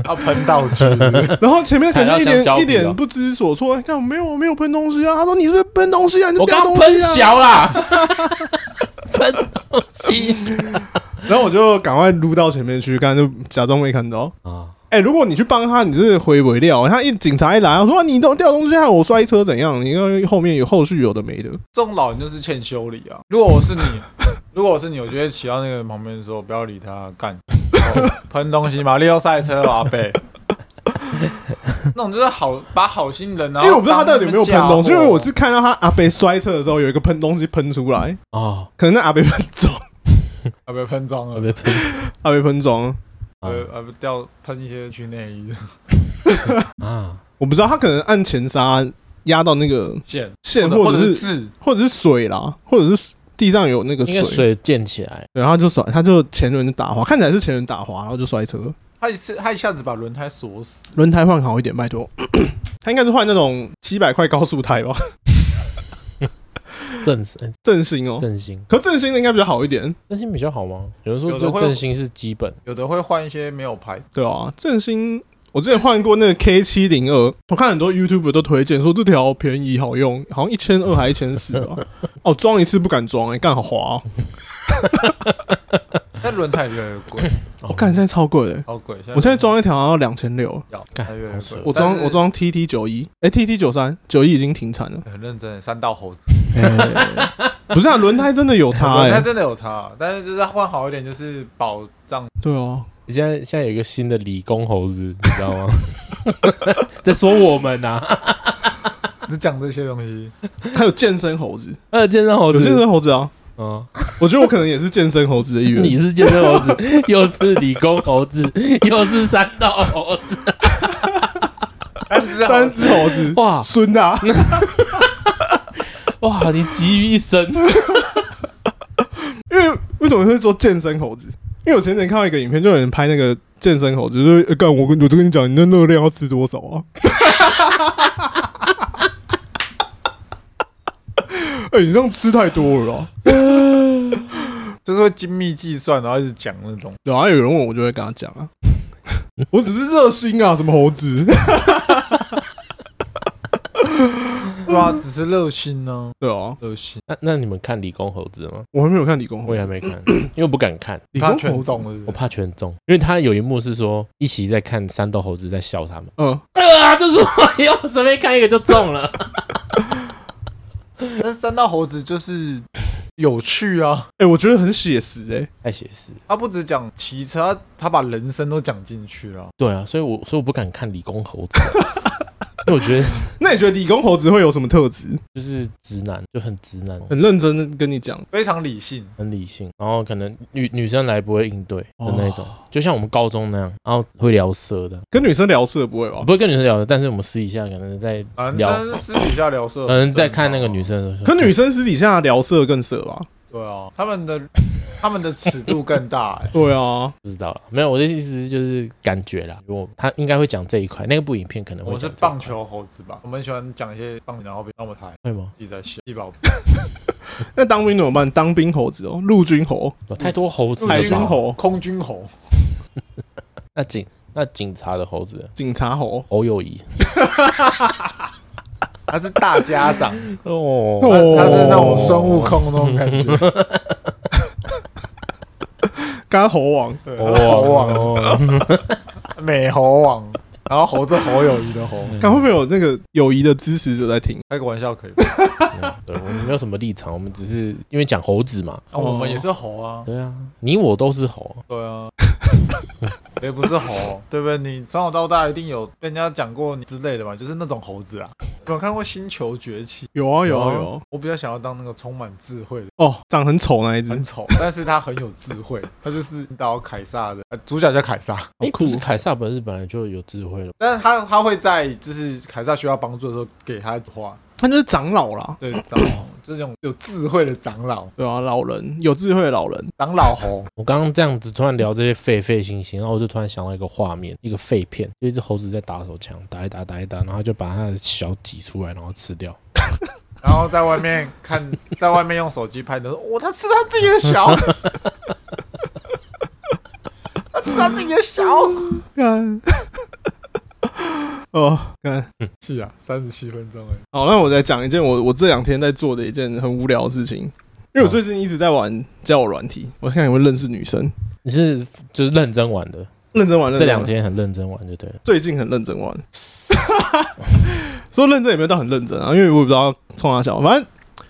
Speaker 3: 他喷道具是不是
Speaker 1: 然后前面可能一
Speaker 2: 踩到香蕉
Speaker 1: 点
Speaker 2: 皮哦
Speaker 1: 一
Speaker 2: 了
Speaker 1: 点不知所措，哎看我没有我没有喷东西啊。他说你是不是喷东西啊？你就
Speaker 2: 我
Speaker 1: 掉
Speaker 2: 刚
Speaker 1: 东
Speaker 2: 喷
Speaker 1: 西啊。
Speaker 2: 小啦， [laughs] 喷东西
Speaker 1: 然后我就赶快撸到前面去，刚才就假装没看到。
Speaker 2: 啊，
Speaker 1: 哎、如果你去帮他，你是回不了。他一警察一来，我说啊你都掉东西，害我摔车怎样？你因为后面有后续有的没的。
Speaker 3: 这种老人就是欠修理啊！如果我是你， [laughs] 如果我是你，我就会骑到那个旁边说：“不要理他，干 [laughs] 哦喷东西，马里奥赛车啊，
Speaker 2: [laughs]
Speaker 3: 阿北。”那种就是好把好心人，然
Speaker 1: 因为
Speaker 3: 后
Speaker 1: 我不知道他到底有没有喷东西，因
Speaker 3: 当那边嫁祸
Speaker 1: 为我是看到他阿北摔车的时候有一个喷东西喷出来，
Speaker 2: 哦，
Speaker 1: 可能那阿北喷中，
Speaker 3: 啊阿北喷脏
Speaker 2: 我
Speaker 3: 了，
Speaker 2: 被喷，
Speaker 1: 阿北喷中。
Speaker 2: 啊
Speaker 3: 呃呃，掉喷一些去内衣
Speaker 2: 啊，
Speaker 1: 我不知道他可能按前刹压到那个
Speaker 3: 线，
Speaker 1: 线，
Speaker 3: 或
Speaker 1: 或
Speaker 3: 者
Speaker 1: 者
Speaker 3: 是
Speaker 1: 是
Speaker 3: 字，
Speaker 1: 或者是水啦，或者是地上有那个
Speaker 2: 应该
Speaker 1: 水，
Speaker 2: 水溅起来，
Speaker 1: 对然后他就甩，他就前轮就打滑，看起来是前轮打滑，然后就摔车，
Speaker 3: 他一次他一下子把轮胎锁死，
Speaker 1: 轮胎换好一点，拜托。 [clears throat] 他应该是换那种七百块高速胎吧， [laughs]
Speaker 2: 振兴
Speaker 1: 正新哦。
Speaker 2: 振兴，
Speaker 1: 可正新的应该比较好一点，
Speaker 2: 振兴比较好吗？有人
Speaker 3: 有
Speaker 2: 说
Speaker 3: 的
Speaker 2: 这
Speaker 3: 会
Speaker 2: 振兴是基本，
Speaker 3: 有的会换一些没有牌子，
Speaker 1: 对啊，正新我之前换过那个 K 七零二，我看很多 YouTube 都推荐说这条便宜好用，好像一千二还一千四
Speaker 3: [laughs]
Speaker 1: 吧。哦，装一次不敢装哎、干好滑、哦，
Speaker 3: 但轮胎越来越贵，
Speaker 2: 我
Speaker 1: 我看哦现在超贵的、欸
Speaker 3: 好贵。现在
Speaker 1: 我现在装一条要两千六，
Speaker 3: 要
Speaker 2: 干
Speaker 3: 它越来
Speaker 2: 好
Speaker 3: 越
Speaker 2: 扯
Speaker 3: 贵，
Speaker 1: 我
Speaker 3: 但
Speaker 1: 装
Speaker 3: 是，
Speaker 1: 我装 TT 九一，哎 TT 九三九一已经停产了
Speaker 3: [laughs] 很认真，三道猴子，
Speaker 1: 哎不是啊，轮胎真的有差哎、
Speaker 3: 轮胎真的有差，啊但是就是要换好一点，就是保障。
Speaker 1: 对哦、
Speaker 2: 你现在现在有一个新的理工猴子，你知道吗？ [laughs] 在说我们呐、啊，
Speaker 3: 只讲这些东西，
Speaker 1: 还有健身猴子，
Speaker 2: 还有健身猴
Speaker 1: 有
Speaker 2: 子，
Speaker 1: 健身猴子啊，
Speaker 2: 嗯，
Speaker 1: 我觉得我可能也是健身猴子的一员。
Speaker 2: 你是健身猴 [laughs] 子，又是理工猴子，又是三道猴子，
Speaker 3: 三只
Speaker 1: 三只猴子，
Speaker 2: 哇
Speaker 1: 孙的、啊，
Speaker 2: 哇，你集于一身，
Speaker 1: 因为为什么会说健身猴子？因为我前几天看到一个影片，就有人拍那个健身猴子，就是呃干、我跟我就跟你讲，你的热量要吃多少啊？ [laughs] 哎、你这样吃太多了啊，
Speaker 3: 就是会精密计算，然后一直讲那种。
Speaker 1: 对啊，有人问我就会跟他讲啊，我只是热心啊，什么猴子？ [laughs]
Speaker 3: 对啊，只是热心呢、
Speaker 1: 对啊，
Speaker 3: 热心，
Speaker 2: 那那你们看理工猴子了吗？
Speaker 1: 我还没有看理工猴
Speaker 2: 我也
Speaker 1: 子，
Speaker 2: 还没看，因为我不敢看，
Speaker 1: 理
Speaker 3: 他
Speaker 1: 工
Speaker 3: 全
Speaker 1: 猴
Speaker 3: 中
Speaker 1: 子，哦
Speaker 3: 了是
Speaker 2: 我
Speaker 3: 不是。
Speaker 2: 怕全中，因为他有一幕是说一起在看三道猴子在笑他们，
Speaker 1: 嗯，
Speaker 2: 啊，就是我又随便看一个就中了，
Speaker 3: 但是三道猴子就是有趣啊，
Speaker 1: 哎、我觉得很写实哎、
Speaker 2: [laughs] 太写实。
Speaker 3: 他不只讲骑车，他他把人生都讲进去了。
Speaker 2: 对啊，所以我所以我不敢看理工猴子，啊 [laughs] 因为我觉得
Speaker 1: 那你觉得理工猴子会有什么特质？
Speaker 2: 就是直男，就很直男，
Speaker 1: 很认真的跟你讲，
Speaker 3: 非常理性，
Speaker 2: 很理性，然后可能女女生来不会应对的
Speaker 1: 哦
Speaker 2: 那种，就像我们高中那样，然后会聊色的，
Speaker 1: 跟女生聊色不会吧
Speaker 2: 我？不会跟女生聊的，但是我们私底下可能在
Speaker 3: 男
Speaker 2: 聊，
Speaker 3: 生私底下聊色，
Speaker 2: 可能在看那个女。生的时候，
Speaker 1: 哦可女生私底下聊色更色吧？
Speaker 3: 啊对啊，他们的他们的尺度更大、
Speaker 2: [laughs]
Speaker 3: 欸，
Speaker 1: 对啊，
Speaker 2: 不知道了，没有我的意思是就是感觉啦，我他应该会讲这一块，那个部影片可能会
Speaker 3: 我是
Speaker 2: 讲这一块
Speaker 3: 棒球猴子吧，我们喜欢讲一些棒球，然后被那么抬，
Speaker 2: 会吗？
Speaker 3: 自己在写地保。
Speaker 1: 那当兵怎么办？当兵猴子哦，陆军猴，
Speaker 2: 有太多猴子
Speaker 3: 陆
Speaker 2: 了吧，
Speaker 1: 海军猴、
Speaker 3: 空军猴，
Speaker 2: 那警那警察的猴子
Speaker 1: 警察猴。
Speaker 2: 侯友谊
Speaker 3: 他是大家 [laughs] 长，
Speaker 2: 哦
Speaker 1: 哦
Speaker 3: [laughs] 他是那种孙悟空那种感 [laughs] 觉，
Speaker 1: 干猴王，
Speaker 3: 对
Speaker 2: 猴王
Speaker 3: 猴王，
Speaker 2: 哦，
Speaker 3: 美猴王，然后猴子侯友谊的猴，
Speaker 1: 看会不会有那个友谊的支持者在听？
Speaker 3: [laughs] 开个玩笑可以吧？
Speaker 2: [laughs] 对我们没有什么立场，我们只是因为讲猴子嘛，
Speaker 3: 啊我们也是猴啊，
Speaker 2: 对啊，你我都是猴，
Speaker 3: 对啊， [laughs] 也不是猴，对不对？你从小到大一定有被人家讲过你之类的嘛，就是那种猴子啦。啊有没有看过《星球崛起》？
Speaker 1: 有啊有啊
Speaker 3: 有啊
Speaker 1: 有啊
Speaker 3: 我比较想要当那个充满智慧的，
Speaker 1: 哦，长很丑那一只
Speaker 3: 很，丑，但是他很有智慧。 [laughs] 他就是到凯撒的、呃主角叫凯撒，
Speaker 2: 哎，
Speaker 1: 酷
Speaker 2: 不是凯撒本是本来就有智慧了，
Speaker 3: 但是他他会在就是凯撒需要帮助的时候给他话，
Speaker 1: 他就是长老啦，
Speaker 3: 对长老这种有智慧的长老，
Speaker 1: 对啊，老人有智慧的老人，
Speaker 3: 长老猴， [laughs]
Speaker 2: 我刚刚这样子突然聊这些废废星星，然后我就突然想到一个画面，一个废片，就一只猴子在打手枪，打一打打一打，然后就把它的小挤出来，然后吃掉。
Speaker 3: 然后在外面看， [laughs] 在外面用手机拍的时候，哦，他吃他自己的小， [laughs] 他吃他自己的小，
Speaker 1: 看， [laughs] 哦，看，
Speaker 3: 是啊，三十七分钟哎，
Speaker 1: 好，那我再讲一件我我这两天在做的一件很无聊的事情，因为
Speaker 2: 嗯
Speaker 1: 我最近一直在玩交友软体，我看有没有认识女生，
Speaker 2: 你是就是认真玩的，
Speaker 1: 认真玩，认
Speaker 2: 这
Speaker 1: 真玩
Speaker 2: 两天很认真玩就对了。
Speaker 1: 最近很认真玩， [laughs] 说认真也没有到很认真啊，因为我也不知道冲他笑。反正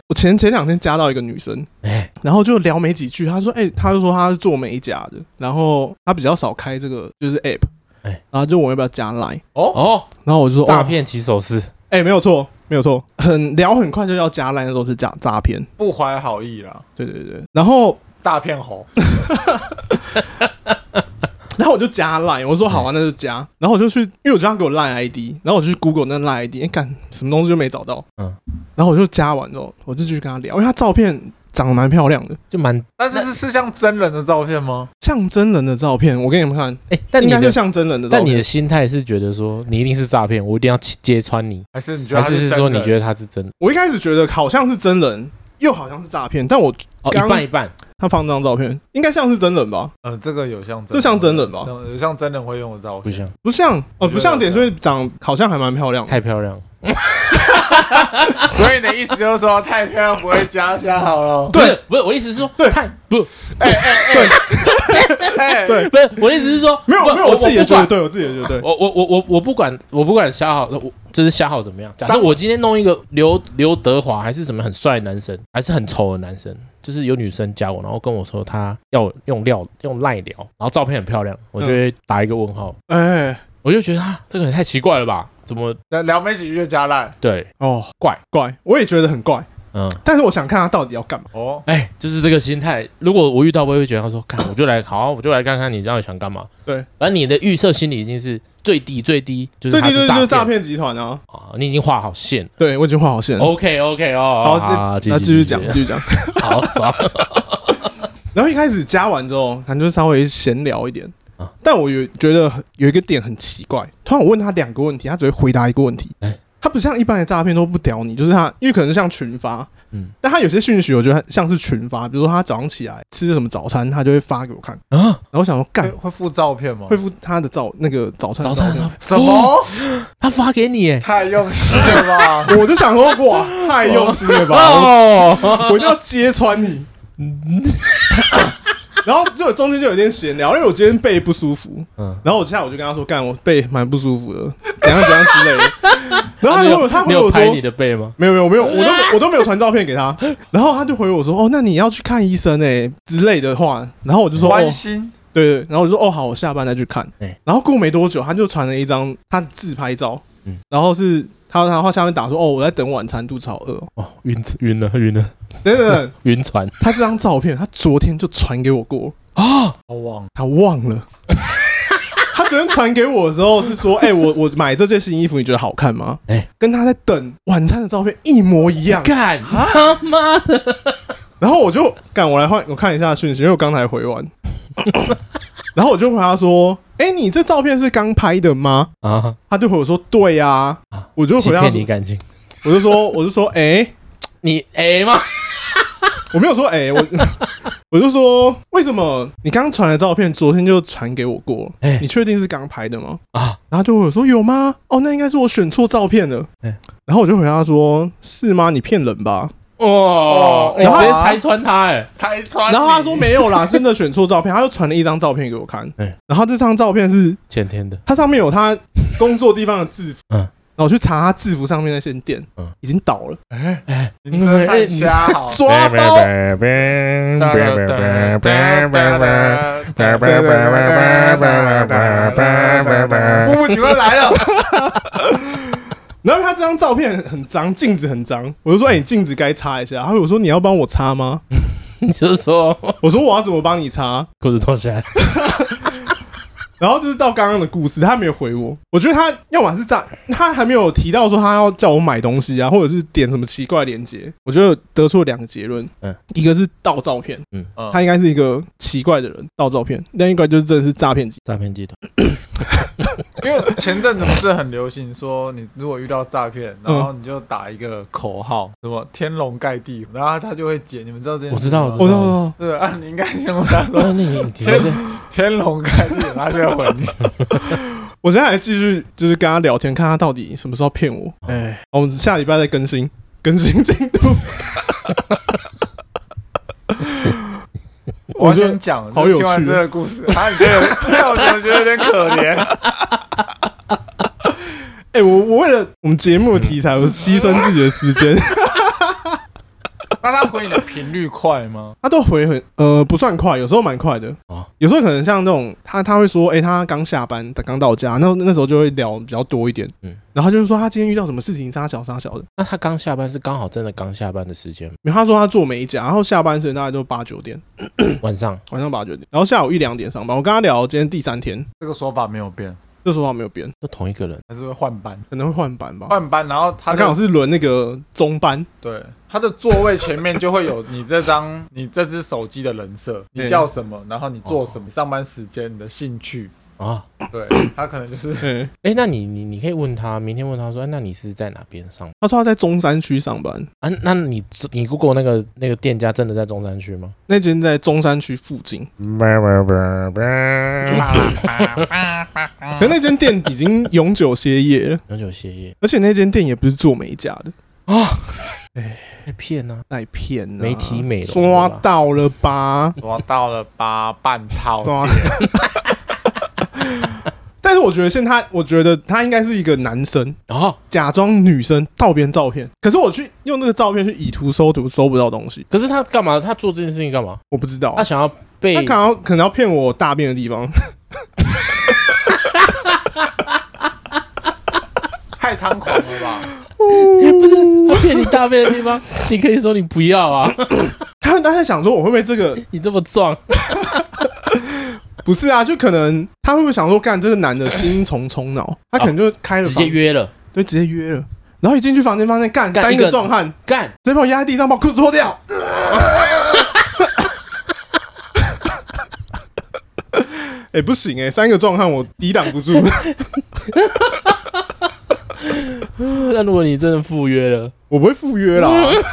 Speaker 1: 我前前两天加到一个女生，
Speaker 2: 哎，
Speaker 1: 然后就聊没几句，她说：“哎、她就说她是做美甲的，然后她比较少开这个就是 app，
Speaker 2: 哎
Speaker 1: 然后就问我要不要加 line，
Speaker 2: 哦，
Speaker 1: 然后我就说
Speaker 2: 诈，
Speaker 1: 哦
Speaker 2: 骗起手式，
Speaker 1: 哎、没有错，没有错，很聊很快就要加 line，那都是诈诈骗，
Speaker 3: 不怀好意啦，
Speaker 1: 对对对，然后
Speaker 3: 诈骗猴，
Speaker 1: 然后我就加 line，我说好啊，那就加。然后我就去，因为我叫他给我 line ID，然后我就去 Google 那 line ID，哎干、什么东西就没找到。
Speaker 2: 嗯
Speaker 1: 嗯，然后我就加完之后，我就继续跟他聊，因为他照片长得蛮漂亮的，
Speaker 2: 就蛮
Speaker 3: 但是是是像真人的照片吗？
Speaker 1: 像真人的照片。我给你们看，
Speaker 2: 哎、但你
Speaker 1: 应该
Speaker 2: 的
Speaker 1: 是像真人的照
Speaker 2: 但
Speaker 1: 片。
Speaker 2: 你的心态是觉得说你一定是诈骗，我一定要揭揭穿你，
Speaker 3: 还是你
Speaker 2: 还
Speaker 3: 觉得他
Speaker 2: 是
Speaker 3: 真
Speaker 2: 说你觉
Speaker 3: 得
Speaker 2: 得他是真的？
Speaker 1: 我一开始觉得好像是真人，又好像是诈骗，但我
Speaker 2: 哦，
Speaker 1: 刚
Speaker 2: 一半一半，
Speaker 1: 他放那张照片，应该像是真人吧？
Speaker 3: 呃这个有像
Speaker 1: 这像真人吧
Speaker 3: 像有像真人会用的照
Speaker 2: 不
Speaker 3: 片，
Speaker 2: 像，
Speaker 1: 不像
Speaker 3: 我
Speaker 1: 哦，
Speaker 3: 觉得
Speaker 1: 不像点，所以长好像还蛮漂亮的。？
Speaker 2: 太漂亮。
Speaker 3: [laughs] 所以你的意思就是说太漂亮不会加加好了 [laughs]
Speaker 1: 对
Speaker 2: 不是，不是我的意思是说，
Speaker 1: 对
Speaker 2: 太不
Speaker 3: 哎
Speaker 1: 对
Speaker 2: 不是我的意思是说，
Speaker 1: 没有
Speaker 2: 不
Speaker 1: 没有，我自己也
Speaker 2: 不
Speaker 1: 觉得
Speaker 2: 管，
Speaker 1: 对，我自己也觉得对。
Speaker 2: 我我我我我不管，我不管瞎好，我就是瞎好怎么样？假设
Speaker 3: 三
Speaker 2: 我今天弄一个刘刘德华，还是什么很帅的男生，还是很丑的男生，就是有女生加我，然后跟我说他要用料用赖聊，然后照片很漂亮，我就会
Speaker 1: 嗯
Speaker 2: 打一个问号，
Speaker 1: 哎，
Speaker 2: 我就觉得啊，这个人太奇怪了吧？怎么
Speaker 3: 聊聊没几句就加烂
Speaker 2: 对？
Speaker 1: 哦，
Speaker 2: 怪
Speaker 1: 怪，我也觉得很怪，
Speaker 2: 嗯，
Speaker 1: 但是我想看他到底要干嘛。
Speaker 3: 哦，
Speaker 2: 哎，就是这个心态。如果我遇到，我也会觉得他说，
Speaker 1: [coughs]
Speaker 2: 看，我就来，好啊，我就来看看你到底想干嘛。
Speaker 1: 对，
Speaker 2: 反正你的预设心理已经是最低最低，就是
Speaker 1: 对
Speaker 2: 他
Speaker 1: 对对，就是
Speaker 2: 诈
Speaker 1: 诈骗集团啊！
Speaker 2: 啊，你已经画好线了。
Speaker 1: 对，我已经画好线了。
Speaker 2: OK OK 哦，
Speaker 1: 好，
Speaker 2: 好
Speaker 1: 这那继续讲，继续讲。
Speaker 2: 好爽。
Speaker 1: 然后一开始加完之后，反正就稍微闲聊一点
Speaker 2: 啊。
Speaker 1: 但我有觉得很有一个点很奇怪，突然我问他两个问题，他只会回答一个问题
Speaker 2: 哎。
Speaker 1: 他不像一般的诈骗都不屌你，就是他，因为可能像群发，
Speaker 2: 嗯
Speaker 1: 嗯，但他有些讯息我觉得像是群发，比如说他早上起来吃什么早餐，他就会发给我看，
Speaker 2: 啊，
Speaker 1: 然后我想说
Speaker 3: 会
Speaker 1: 干
Speaker 3: 会附照片吗
Speaker 1: 恢？复他的早那个 [laughs] 早餐的
Speaker 2: 早上
Speaker 1: 照片
Speaker 2: 照片
Speaker 3: 什？么？
Speaker 2: 他发给你耶？
Speaker 3: 太用心了吧！
Speaker 1: 我就想说哇，太用心了吧，
Speaker 2: 哦，
Speaker 1: 我一定要揭穿你。 [laughs] 然后就中间就有点闲聊，因为我今天背不舒服，
Speaker 2: 嗯，
Speaker 1: 然后我下午就跟他说，干我背蛮不舒服的，怎样怎样之类的。
Speaker 2: [laughs]
Speaker 1: 然后他
Speaker 2: 啊你
Speaker 1: 回
Speaker 2: 有
Speaker 1: 我，他
Speaker 2: 你
Speaker 1: 回
Speaker 2: 有
Speaker 1: 我说
Speaker 2: 拍你的背吗？
Speaker 1: 没有没有没有，我都我都没有传照片给他。然后他就回我说，哦，那你要去看医生诶、之类的话。然后我 [laughs] 就说，哦
Speaker 3: 关，心
Speaker 1: 对对，然后我就说哦好，我下班再去看
Speaker 2: 对。
Speaker 1: 然后过没多久，他就传了一张他的自拍照
Speaker 2: 嗯，
Speaker 1: 然后是他然后下面打说哦我在等晚餐，肚子好饿哦。
Speaker 2: 哦，晕晕了，晕了，
Speaker 1: 等等等，
Speaker 2: 晕船。
Speaker 1: 他这张照片他昨天就传给我过，
Speaker 3: 好忘，
Speaker 1: 他忘了。他昨天传给我的时候是说，哎、我我买这件新衣服，你觉得好看吗？
Speaker 2: 哎
Speaker 1: 跟他在等晚餐的照片一模一样。
Speaker 2: 干
Speaker 1: 啊
Speaker 2: 他妈的！
Speaker 1: 然后我就赶我来换，我看一下讯息，因为我刚才回完。 [laughs] 然后我就回他说，哎、你这照片是刚拍的吗？
Speaker 2: 啊，
Speaker 1: 他就回我说，对呀、
Speaker 2: 啊
Speaker 1: 我就
Speaker 2: 欺
Speaker 1: 回他
Speaker 2: 骗
Speaker 1: 说
Speaker 2: 你，感情，
Speaker 1: 我就说，我就说，哎、
Speaker 2: 你哎 A 吗？
Speaker 1: 我没有说哎、
Speaker 2: [laughs]
Speaker 1: 我我就说为什么你刚传的照片昨天就传给我过？
Speaker 2: 哎
Speaker 1: 你确定是刚拍的吗？
Speaker 2: 啊，
Speaker 1: 然后他就会说有吗？哦，那应该是我选错照片了。
Speaker 2: 哎
Speaker 1: 然后我就回答说是吗？你骗人吧？
Speaker 2: 哦
Speaker 3: 哦，
Speaker 2: 你直接
Speaker 1: 啊
Speaker 3: 哇
Speaker 2: 拆穿他哎。
Speaker 3: 拆穿你。
Speaker 1: 然后他说没有啦，真的选错照片。他又传了一张照片给我看，
Speaker 2: 哎
Speaker 1: 然后这张照片是
Speaker 2: 前天的，
Speaker 1: 它上面有他工作地方的制服，
Speaker 2: 嗯
Speaker 1: 然后我去查他制服上面那些店，
Speaker 2: 嗯
Speaker 1: 已经倒了，
Speaker 3: 你真的太瞎好。
Speaker 1: 抓包。
Speaker 3: 哒哒哒哒哒哒哒木木警官来了，
Speaker 1: 然后他这张照片很脏，镜子很脏，我就说：“哎、你镜子该擦一下。”然后我说：“你要帮我擦吗
Speaker 2: 你就说？”
Speaker 1: 我说：“我要怎么帮你擦
Speaker 2: 裤子脱下来，？”
Speaker 1: 然后就是到刚刚的故事，他没有回我。我觉得他要么是在他还没有提到说他要叫我买东西啊，或者是点什么奇怪的链接。我觉得得出了两个结论，
Speaker 2: 嗯
Speaker 1: 嗯，一个是盗照片，
Speaker 3: 嗯
Speaker 1: 他应该是一个奇怪的人盗照片；另一个就是真的是诈骗集
Speaker 2: 诈骗集团。
Speaker 3: 因为前阵子不是很流行说，你如果遇到诈骗，然后你就打一个口号，什么天龙盖地，然后他就会解。你们知道这件
Speaker 2: 我
Speaker 3: 事
Speaker 2: 知
Speaker 3: 吗
Speaker 2: 道，我知
Speaker 1: 团。我
Speaker 2: 道。
Speaker 1: 操！
Speaker 3: 对啊，你应该先问他说
Speaker 2: 那你你你
Speaker 3: 天龙盖地，他就会回你。
Speaker 1: 我现在还继续就是跟他聊天，看他到底什么时候骗我。
Speaker 2: 哎，
Speaker 1: 好我们下礼拜再更新更新进度。
Speaker 2: [laughs]
Speaker 3: 我
Speaker 1: 我就
Speaker 3: 先讲，
Speaker 1: 好
Speaker 3: 就
Speaker 1: 有
Speaker 3: 听完
Speaker 1: 趣
Speaker 3: 这个故事，啊，你觉
Speaker 1: [laughs]
Speaker 3: 得让我怎么觉得有点可怜？
Speaker 1: 哎、我我为了我们节目的题材，我牺牲自己的时间。
Speaker 3: 那他回你的频率快吗？
Speaker 1: [laughs] 他都回很呃不算快，有时候蛮快的
Speaker 2: 哦
Speaker 1: 有时候可能像那种他他会说，哎、他刚下班，他刚到家，那那时候就会聊比较多一点，
Speaker 2: 嗯
Speaker 1: 然后他就是说他今天遇到什么事情，啥小啥小的。
Speaker 2: 那他刚下班是刚好真的刚下班的时
Speaker 1: [coughs]
Speaker 2: 间吗，
Speaker 1: 因为他说他做美甲，然后下班时间大概都八九点，
Speaker 2: 晚上
Speaker 1: 晚上八九点，然后下午一两点上班。我跟他聊今天第三天，
Speaker 3: 这个说法没有变，
Speaker 1: 这说法没有变，
Speaker 2: 都同一个人，
Speaker 3: 还是会换班，
Speaker 1: 可能会换班吧。
Speaker 3: 换班，然后啊他
Speaker 1: 他
Speaker 3: 的
Speaker 1: 刚好是轮那个中班，
Speaker 3: 对他的座位前面就会有你这张你这只手机的人设，你叫什么，然后你做什么，上班时间你的兴趣，
Speaker 2: 啊。
Speaker 3: 对他可能就是
Speaker 1: 对，
Speaker 2: 哎，那你你你可以问他，明天问他说，哎那你是在哪边上
Speaker 1: 他说他在中山区上班，
Speaker 2: 啊？那你你 Google 那个那个店家真的在中山区吗？
Speaker 1: 那间在中山区附近，可那间店已经永久歇业了， [laughs]
Speaker 2: 永久歇业，
Speaker 1: 而且那间店也不是做美甲的，
Speaker 2: 被骗啊！
Speaker 1: 在骗啊
Speaker 2: 媒体美容
Speaker 1: 抓到了吧？
Speaker 3: 我到了八半
Speaker 2: 哦
Speaker 3: 套
Speaker 1: 抓。 [laughs] 但是我觉得现在他，我觉得他应该是一个男生，
Speaker 2: 哦，
Speaker 1: 假装女生盗别人照片，可是我去用那个照片去以图搜图，搜不到东西，
Speaker 2: 可是他干嘛？他做这件事情干嘛？
Speaker 1: 我不知道
Speaker 2: 他。想要
Speaker 1: 他
Speaker 2: 被
Speaker 1: 可能要可能要骗我大便的地方， [laughs]
Speaker 3: 太猖狂了吧！
Speaker 2: 不是他骗你大便的地方，你可以说你不要啊，
Speaker 1: 他们大家想说我会不会这个
Speaker 2: 你这么壮，
Speaker 1: 不是啊？就可能他会不会想说，干这个男的精英重重脑，他可能就开了
Speaker 2: 哦直
Speaker 1: 房
Speaker 2: 接，约了，
Speaker 1: 对，直接约了。然后一进去房间，发现干
Speaker 2: 干
Speaker 1: 三
Speaker 2: 一个
Speaker 1: 个壮汉，
Speaker 2: 干
Speaker 1: 直接把我压在地上，把我裤子脱掉。 [laughs] 哎、不行哎、三个壮汉我抵挡不住。
Speaker 2: 那如果你真的赴约了，
Speaker 1: 我不会赴约啦，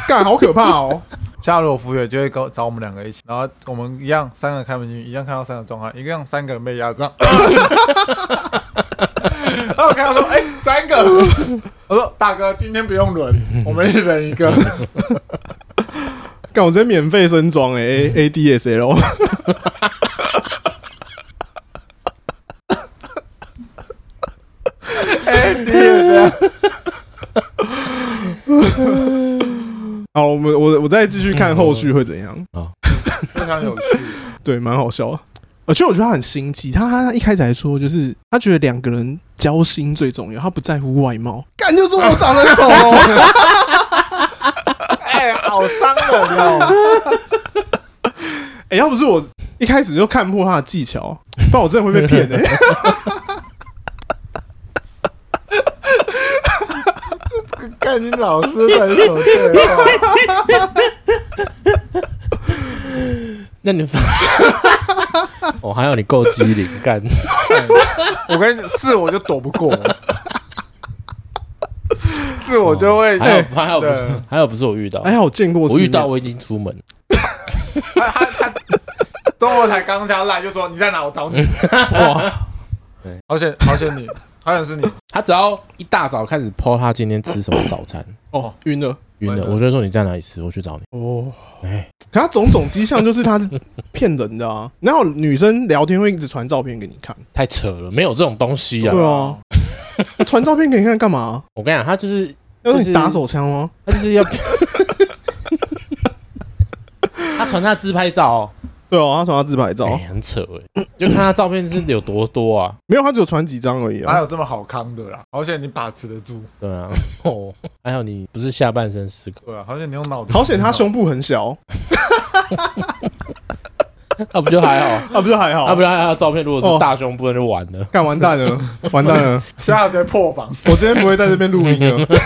Speaker 1: 干好可怕哦！
Speaker 3: 下如果服务员就会跟我找我们两个一起，然后我们一样三个开门进去，一样看到三个状况，一个让三个人被压着。然后我看到说：“哎、三个。”我说：“大哥，今天不用轮，我们一人一个。 [laughs]
Speaker 1: 干我直接免费升装哎、欸、，A D S L，
Speaker 3: 哎，你也这样。
Speaker 1: 好，我们我我再继续看后续会怎样，
Speaker 3: 非常有趣。
Speaker 1: 对，蛮好笑的。而且我觉得他很心机，他他一开始还说，就是他觉得两个人交心最重要，他不在乎外貌。干就是我长得丑、哦
Speaker 3: 哎、好伤人哦！
Speaker 1: 哎、要不是我一开始就看破他的技巧，不然我真的会被骗的、 [laughs] 欸。
Speaker 3: 看你老师很手对话，
Speaker 2: 那你 [laughs] 哦，还有你够机灵，干
Speaker 3: 我跟你是我就躲不过，是我就
Speaker 2: [laughs]
Speaker 3: 会。
Speaker 2: 哦还好还好不
Speaker 3: 哎对
Speaker 2: 是还好不是我遇到，
Speaker 1: 哎呀，我见过世
Speaker 2: 我
Speaker 1: 面，
Speaker 2: 遇到我已经出门，
Speaker 3: 他他他中午才刚下来就说你在哪，我
Speaker 1: [laughs]
Speaker 3: 找你。
Speaker 2: 哇，
Speaker 3: 好险好险你，好险是你。
Speaker 2: 他只要一大早开始 po 他今天吃什么早餐，
Speaker 1: 哦，晕了
Speaker 2: 晕了，
Speaker 3: 完了
Speaker 2: 我就说你在哪里吃，我去找你，
Speaker 1: 哦。
Speaker 2: 哎，
Speaker 1: 可他种种迹象就是他是骗人的啊，然后女生聊天会一直传照片给你看，
Speaker 2: 太扯了，没有这种东西啊
Speaker 1: 对，啊，传照片给你看干嘛、啊
Speaker 2: 我跟你讲，他就是
Speaker 1: 要让
Speaker 2: 就
Speaker 1: 你
Speaker 2: 是
Speaker 1: 打手枪吗？
Speaker 2: 他就是要。 [laughs] 他传他自拍照、哦，
Speaker 1: 对哦，他传他自拍照
Speaker 2: 哎、，很扯哎、就看他照片是有多多啊，
Speaker 1: 没有，他只有传几张而已
Speaker 3: 哪
Speaker 2: 哎
Speaker 1: 啊。
Speaker 3: 有这么好康的啦？好险你把持得住，
Speaker 2: 对啊， [laughs] 哦，还有你不是下半身思考，
Speaker 3: 对啊，好险你用脑子。
Speaker 1: 好险，他，胸部很
Speaker 2: [laughs]
Speaker 1: 小，
Speaker 2: 那、不就还好，
Speaker 1: 啊，不就还
Speaker 2: 那、
Speaker 1: 好？
Speaker 2: 不就还好，照片如果是
Speaker 1: 哦
Speaker 2: 大胸部那就完了，
Speaker 1: 干完蛋了，完蛋了！
Speaker 3: 现在直接破防。
Speaker 1: 我今天不会在这边录音了。
Speaker 2: [laughs]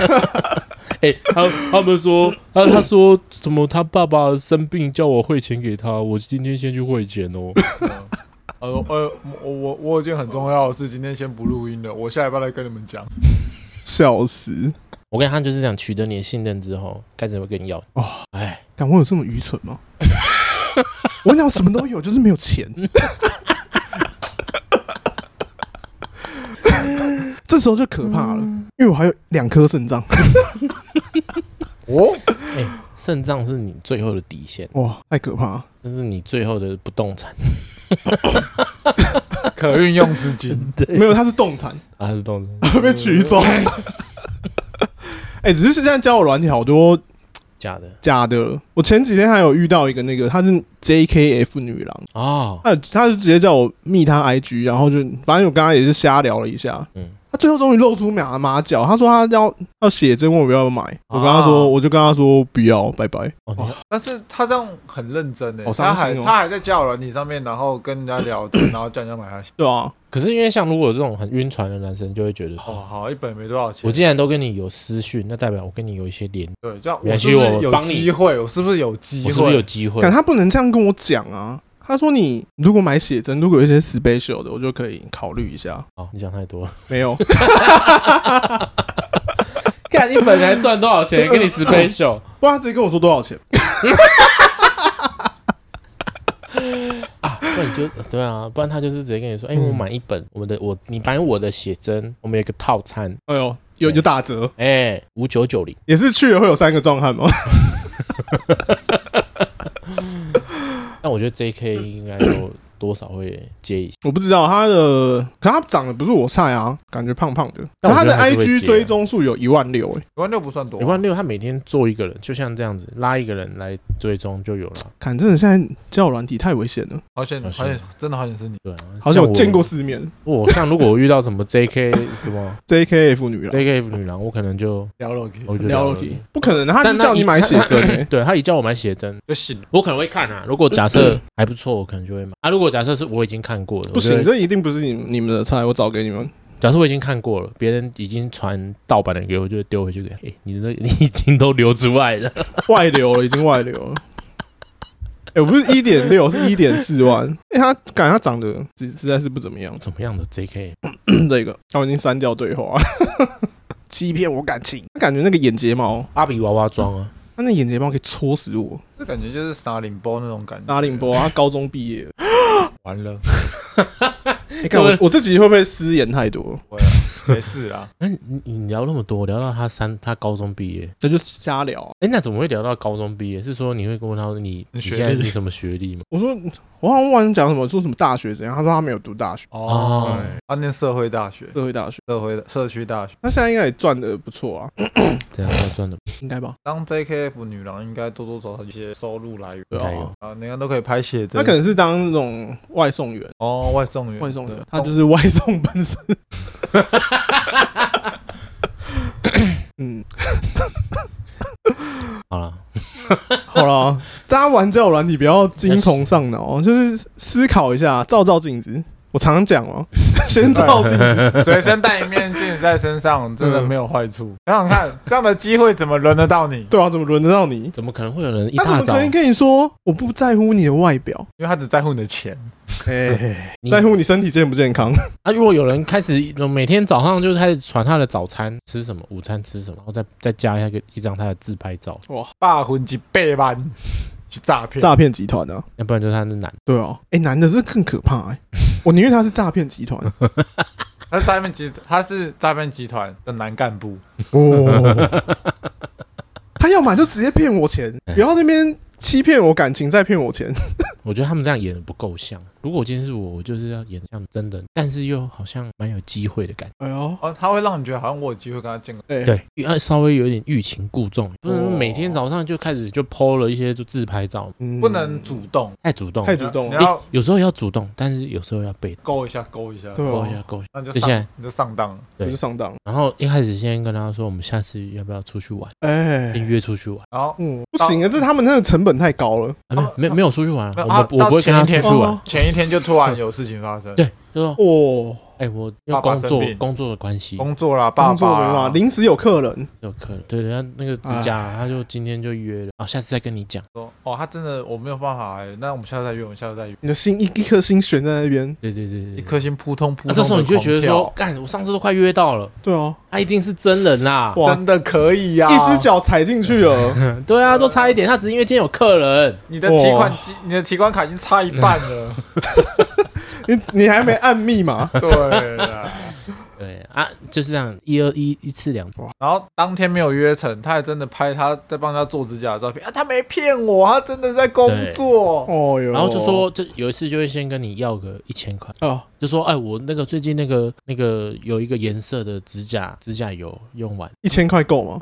Speaker 2: 哎、他他们说，他他说什么？他爸爸生病叫我汇钱给他，我今天先去汇钱
Speaker 3: [laughs]
Speaker 2: 哦。
Speaker 3: 呃呃，我我我有件很重要的事，今天先不录音了，我下礼拜来跟你们讲。
Speaker 1: 笑死！
Speaker 2: 我跟你讲他就是想取得你的信任之后，开始会跟你要
Speaker 1: 哦
Speaker 2: 哎，
Speaker 1: 敢我有这么愚蠢吗？ [laughs] 我跟你讲，什么都有，就是没有钱。 [laughs] 这时候就可怕了，因为我还有两颗肾脏，
Speaker 3: 哦，
Speaker 2: 肾脏是你最后的底线，
Speaker 1: 哇，太可怕了！
Speaker 2: 这是你最后的不动
Speaker 3: [laughs]
Speaker 2: 产，
Speaker 3: 可运用资
Speaker 1: [laughs]
Speaker 3: 金，
Speaker 1: 没有，他是动产，
Speaker 2: 啊，是
Speaker 3: [laughs]
Speaker 2: 动
Speaker 1: [laughs]
Speaker 2: 产。
Speaker 1: 被取走。哎、只是现在交友软体好多
Speaker 2: 假的
Speaker 1: 假的。我前几天还有遇到一个那个，她是 JKF 女郎，
Speaker 2: 哦，
Speaker 1: 她她就直接叫我密她 IG，然后就反正我刚刚也是瞎聊了一下，
Speaker 2: 嗯，
Speaker 1: 她最后终于露出马马脚，她说她要要写真，问我要不要买，我跟她说，
Speaker 3: 啊
Speaker 1: 我就跟她说不要，拜拜。
Speaker 2: 哦，你
Speaker 3: 哇但是他这样很认真诶、
Speaker 1: 好伤
Speaker 3: 他还
Speaker 1: 心哦
Speaker 3: 他还在交友软体上面，然后跟人家聊
Speaker 1: [coughs]
Speaker 3: 天，然后叫人家买他鞋。
Speaker 1: 对啊，
Speaker 2: 可是因为像如果这种很晕船的男生，就会觉得，
Speaker 3: 哦，
Speaker 2: 哦，
Speaker 3: 好，一本没多少钱。
Speaker 2: 我既然都跟你有私讯，那代表我跟你有一些连，
Speaker 3: 对，这样
Speaker 2: 也
Speaker 3: 我是
Speaker 2: 许
Speaker 3: 不
Speaker 2: 我
Speaker 3: 是有
Speaker 2: 帮你
Speaker 3: 机会？我是不是有机
Speaker 2: 我是不是有
Speaker 3: 会？
Speaker 2: 机会
Speaker 3: [laughs]
Speaker 1: 但？她不能这样跟我讲啊。她说你如果买写真，如果有一些 special 的，我就可以考虑一下。
Speaker 2: 哦，你讲太多了，
Speaker 1: 没
Speaker 2: [laughs]
Speaker 1: 有，
Speaker 2: 看你本来赚多少钱，
Speaker 3: [laughs]
Speaker 2: 给你 special
Speaker 1: 不然她直接跟我说多少钱。
Speaker 2: 啊，不然你就 [laughs] 呃对啊，不然他就是直接跟你说，哎，
Speaker 1: 嗯
Speaker 2: 我买一本我们的我，你买我的写真，我们有一个套餐，
Speaker 1: 哎呦，有有打折，
Speaker 2: 哎，五九九零，
Speaker 1: 也是去了会有三个壮汉吗？ [laughs]
Speaker 2: 但我觉得 J.K. 应该就多少会接一下，
Speaker 1: 我不知道他的，可他长得不是我菜啊，感觉胖胖的。可
Speaker 2: 但我
Speaker 1: 他
Speaker 2: 觉
Speaker 1: 的
Speaker 2: 得还是会
Speaker 1: IG
Speaker 2: 接啊
Speaker 1: 追踪数有一万六，哎，
Speaker 3: 一万六不算多
Speaker 2: 一，万六，他每天做一个人，就像这样子拉一个人来追踪就有了，
Speaker 1: 看真的现在交友软体太危险了，
Speaker 3: 好险，
Speaker 2: 好
Speaker 3: 好
Speaker 2: 险
Speaker 3: 险，真的好险是你。
Speaker 2: 对啊，
Speaker 1: 好像
Speaker 2: 像
Speaker 1: 我见过世面。
Speaker 2: 我像如果我遇到什么 J.K. 什么
Speaker 1: JKF 女郎
Speaker 2: J.K. 女郎，我可能就
Speaker 3: 聊了可以
Speaker 2: 我就
Speaker 1: 聊
Speaker 2: 聊
Speaker 1: 了
Speaker 2: 了
Speaker 1: 题，不可能，啊他
Speaker 2: 但
Speaker 1: 就叫你买写
Speaker 2: [laughs]
Speaker 1: 真哎，
Speaker 2: 对他一叫我买写真，
Speaker 3: 就醒了，
Speaker 2: 我可能会看啊。如果假设还不错，我可能就会买啊。如果假设是我已经看过了，
Speaker 1: 不
Speaker 2: 我
Speaker 1: 行，
Speaker 2: 就
Speaker 1: 这
Speaker 2: 会
Speaker 1: 一定不是你你们的菜，我找给你们。
Speaker 2: 假设我已经看过了，别人已经传盗版的给我，我就会丢回去给他。哎，你的 [laughs] 你已经都流之外了，
Speaker 1: 外流了，已经外流了。哎，我不是一点六，是一点四万。哎，他感觉他长得实实在是不怎么样。 [clears throat]
Speaker 2: 怎么样的 J.K.
Speaker 1: 这个他已经删掉对话，欺骗我感情。他感觉那个眼睫毛，
Speaker 2: 芭比娃娃妆啊？
Speaker 1: 他那眼睫毛可以戳死我。
Speaker 3: 这感觉就是沙林波那种感觉。
Speaker 1: 拿领波，他高中毕业了。
Speaker 3: 完了，
Speaker 1: 你看我我这集会不会私言太多？[laughs]
Speaker 3: 我也啊没事啦。
Speaker 2: 那你你聊那么多，聊到他三他高中毕业，
Speaker 1: 那就瞎聊啊、
Speaker 2: 哎，那怎么会聊到高中毕业？是说你会跟我说你你
Speaker 3: 你学
Speaker 2: 现在
Speaker 3: 历
Speaker 2: 是什么学历吗？
Speaker 1: 我说我好像忘了讲什么，说什么大学怎样？他说他没有读大学，
Speaker 2: 哦
Speaker 3: 哦，他念社会大学，
Speaker 1: 社会大学。
Speaker 3: 社会社区大学。
Speaker 1: 他现在应该也赚的不错啊，
Speaker 2: 这样他赚的
Speaker 1: 应该吧？
Speaker 3: 当 JKF 女郎应该多多少少有一些收入来源
Speaker 1: 对
Speaker 2: 应该有
Speaker 1: 啊，
Speaker 3: 啊，人家都可以拍写真。
Speaker 1: 他可能是当那种外送员，
Speaker 3: 哦，外送员，
Speaker 1: 外送员
Speaker 3: 对，
Speaker 1: 他就是外送本身。嗯，
Speaker 2: 好了，
Speaker 1: 好了，大家玩交友软体不要精虫上脑哦，就是思考一下，照照镜子。我常常讲哦，先照镜子，
Speaker 3: [laughs] 哦随身带一面镜子在身上，真
Speaker 1: 嗯
Speaker 3: 的没有坏处。想想看，这样的机会怎么轮得到你？
Speaker 1: 对啊，怎么轮得到你？
Speaker 2: 怎么可能会有人一
Speaker 1: 他怎
Speaker 2: 大
Speaker 1: 么
Speaker 2: 早
Speaker 1: 可能跟你说我不在乎你的外表，
Speaker 3: 因为他只在乎你的钱。
Speaker 2: 你
Speaker 1: 在乎你身体健不健康？
Speaker 2: 啊，如果有人开始每天早上就开始传他的早餐吃什么，午餐吃什么，然后再再加一个一张他的自拍照，
Speaker 3: 霸魂及背叛去诈骗，
Speaker 1: 诈骗集团啊，
Speaker 2: 要不然就是他是男的。
Speaker 1: 对哦，哎，男的是更可怕哎、 [laughs] 我宁愿他是诈骗集团
Speaker 3: 他是诈骗集，他是诈骗集团的男干部。
Speaker 1: [laughs] 哦，他要买就直接骗我钱，
Speaker 2: 哎
Speaker 1: 不要那边欺骗我感情再骗我钱，
Speaker 2: 我觉得他们这样演的不够像。如果今天是我，我就是要演像真的，但是又好像蛮有机会的感觉。
Speaker 1: [laughs] 哎呦，
Speaker 3: 哦，他会让你觉得好像我有机会跟他见个。
Speaker 1: 对，
Speaker 2: 对，要稍微有点欲擒故纵，不能
Speaker 1: 哦
Speaker 2: 每天早上就开始就 PO 了一些就自拍照，
Speaker 1: 嗯
Speaker 3: 不能主动，
Speaker 2: 太主动了。
Speaker 1: 太主动
Speaker 3: 你
Speaker 1: 了，
Speaker 2: 诶
Speaker 3: 要
Speaker 2: 有时候要主动，但是有时候要被动。
Speaker 3: 勾一下，勾一下，
Speaker 1: 对
Speaker 2: 勾
Speaker 1: 哦
Speaker 2: 一，下勾一下，
Speaker 3: 那你
Speaker 2: 就
Speaker 3: 啊就
Speaker 2: 现在
Speaker 3: 上，你就上当了，
Speaker 1: 我就上当，
Speaker 2: 然后一开始先跟他说，我们下次要不要出去玩？
Speaker 1: 哎、
Speaker 2: 先约出去玩。
Speaker 3: 然后
Speaker 1: 嗯，不行啊，这他们那个成本太高了，
Speaker 2: 啊，没有没有没有出去玩啊，
Speaker 3: 没有
Speaker 2: 我们
Speaker 3: 啊
Speaker 2: 我不会跟他
Speaker 3: 到
Speaker 2: 出啊
Speaker 3: 前一天
Speaker 2: 去玩
Speaker 1: 哦。
Speaker 3: 前一天就突然有事情发生，
Speaker 2: 对，就说
Speaker 1: 哦，
Speaker 2: 哎、我要
Speaker 3: 爸爸
Speaker 2: 工作
Speaker 3: 生病
Speaker 2: 工作的关系，
Speaker 3: 工作啦，爸啊
Speaker 1: 工作啊
Speaker 3: 爸
Speaker 1: 没办法，
Speaker 3: 啦，
Speaker 1: 临时有客人，
Speaker 2: 有可能对，人家那个指甲、
Speaker 3: 啊
Speaker 2: 他就今天就约了，啊，下次再跟你讲。
Speaker 3: 说哦，他真的我没有办法欸，那我们下次再约，我们下次再约，
Speaker 2: 嗯
Speaker 1: 你的心一一颗心悬在那边，
Speaker 2: 对对对对
Speaker 3: 一
Speaker 2: 对，
Speaker 3: 颗心扑通扑
Speaker 2: 那、
Speaker 3: 通，
Speaker 2: 啊这时候你就觉得说，，干，我上次都快约到了，
Speaker 1: 对哦、
Speaker 2: 他、一定是真人啦。
Speaker 1: 哇
Speaker 3: 真的可以啊呀，
Speaker 1: 一只，脚踩进去了。
Speaker 2: 对啊，都差一点，他只是因为今天有客人，
Speaker 3: 你的提款机，你的提款卡已经差一半
Speaker 1: [laughs]
Speaker 3: 了，，
Speaker 1: 你你还没按密码啊
Speaker 3: 对啦。
Speaker 2: 对啊，就是这样，一二一一次两哇，
Speaker 3: 然后当天没有约成，他还真的拍他在帮他做指甲的照片啊，他没骗我，他真的在工作。
Speaker 1: [laughs] 哦哟，
Speaker 2: 然后就说，就有一次就会先跟你要个一千块，
Speaker 1: 哦，
Speaker 2: 就说，哎，我那个最近那个那个有一个颜色的指甲指甲油用完，呃
Speaker 1: 一千块够吗？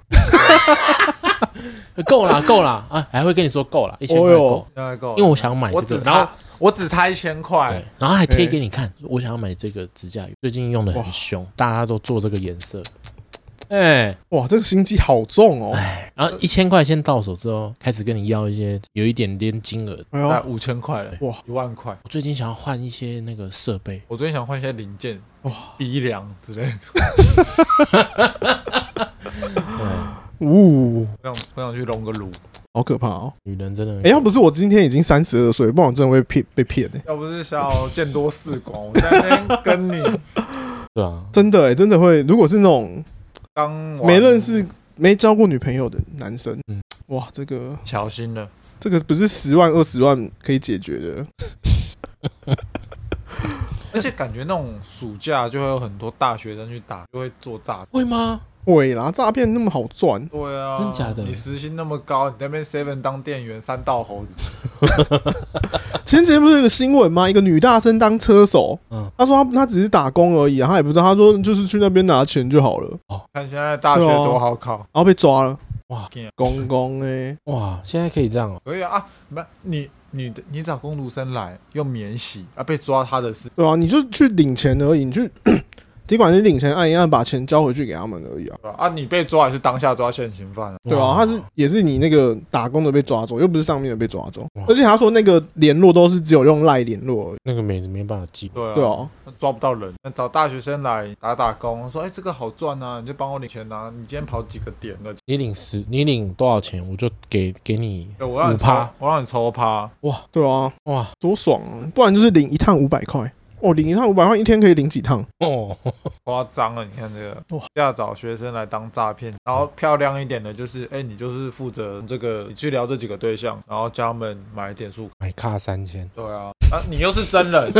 Speaker 2: 够啦够啦啊，还会跟你说够啦，一千块
Speaker 1: 哦哟
Speaker 2: 够，
Speaker 3: 现在够了，
Speaker 2: 因为我想买
Speaker 3: 我
Speaker 2: 这
Speaker 3: 只
Speaker 2: 个，然后
Speaker 3: 差我只差一千块
Speaker 2: 对，，然后还贴给你看，说我想要买这个指甲油，最近用的很凶，大家都做这个颜色，哎，
Speaker 1: 哇，这个心机好重哦！
Speaker 2: 然
Speaker 3: 呃
Speaker 2: 后一千块钱到手之后，开始跟你要一些有一点点金额。
Speaker 1: 哎
Speaker 3: 大概
Speaker 1: 呦，
Speaker 3: 五千块了，
Speaker 1: 哇
Speaker 3: 哇，一万块。
Speaker 2: 我最近想要换一些那个设备，
Speaker 3: 我最近想换一些零件，
Speaker 1: 哇
Speaker 3: 哇，鼻梁之类的，
Speaker 1: 呜，
Speaker 3: 我想我想去隆个乳。
Speaker 1: 好可怕哦！
Speaker 2: 女人真的很
Speaker 1: 哎，要不是我今天已经三十二岁，不然我真的会骗被骗哎，
Speaker 3: 要不是想要见多识广，我在那边跟你
Speaker 2: 对啊，
Speaker 1: 真的哎，真的会。如果是那种
Speaker 3: 刚
Speaker 1: [laughs]
Speaker 3: 玩
Speaker 1: 没认，识、没交过女朋友的男生
Speaker 2: 嗯，
Speaker 1: 哇，这个
Speaker 3: 小心了。
Speaker 1: 这个不是十万二十万可以解决的。
Speaker 3: 而且感觉那种暑假就会有很多大学生去打，就会做诈
Speaker 2: 会
Speaker 3: 骗。
Speaker 2: 吗？
Speaker 1: 会啦，诈骗那么好赚，
Speaker 3: 对啊，
Speaker 2: 真假的
Speaker 3: 你时薪那么高，你在那边 seven 当店员，三道猴子，
Speaker 1: 前几天不是有个新闻吗？一个女大生当车手，
Speaker 2: 嗯
Speaker 1: 她说她她只是打工而已啊，她也不知道，她说就是去那边拿钱就好了，
Speaker 3: 看现在大学
Speaker 1: 啊
Speaker 3: 多好考。
Speaker 1: 然后被抓了。
Speaker 2: 哇
Speaker 1: 公公哎，
Speaker 2: 哇，现在可以这样哦、
Speaker 3: 可以啊，啊没你你你找工读生来又免洗啊，被抓他的事，
Speaker 1: 对啊，你就去领钱而已，你去 [coughs] 尽管你领钱按一按，把钱交回去给他们而已啊。
Speaker 3: 对吧？啊，你被抓也是当下抓现行犯啊，
Speaker 1: 对啊，
Speaker 2: 哇
Speaker 1: 他是也是你那个打工的被抓走，又不是上面的被抓走
Speaker 2: 哇，
Speaker 1: 而且他说那个联络都是只有用赖联络而已。
Speaker 2: 那个妹子没办法记，
Speaker 3: 对啊，
Speaker 1: 对啊，
Speaker 3: 那抓不到人，那找大学生来打打工，说哎、这个好赚啊，你就帮我领钱啊，你今天跑几个点的，
Speaker 2: 你领十，你领多少钱，我就给给你
Speaker 3: 对我让你抽
Speaker 2: 5%，
Speaker 3: 我让你抽趴，
Speaker 2: 哇
Speaker 1: 对啊，
Speaker 2: 哇
Speaker 1: 多爽啊！不然就是领一趟五百块，哦，领一趟五百块，一天可以领几趟？
Speaker 2: 哦，
Speaker 3: 夸张啊了，你看这个
Speaker 1: 哇，
Speaker 3: 要找学生来当诈骗，然后漂亮一点的，就是哎、你就是负责这个，你去聊这几个对象，然后教他们买点数，
Speaker 2: 买卡三千，
Speaker 3: 对啊，啊，你又是真人。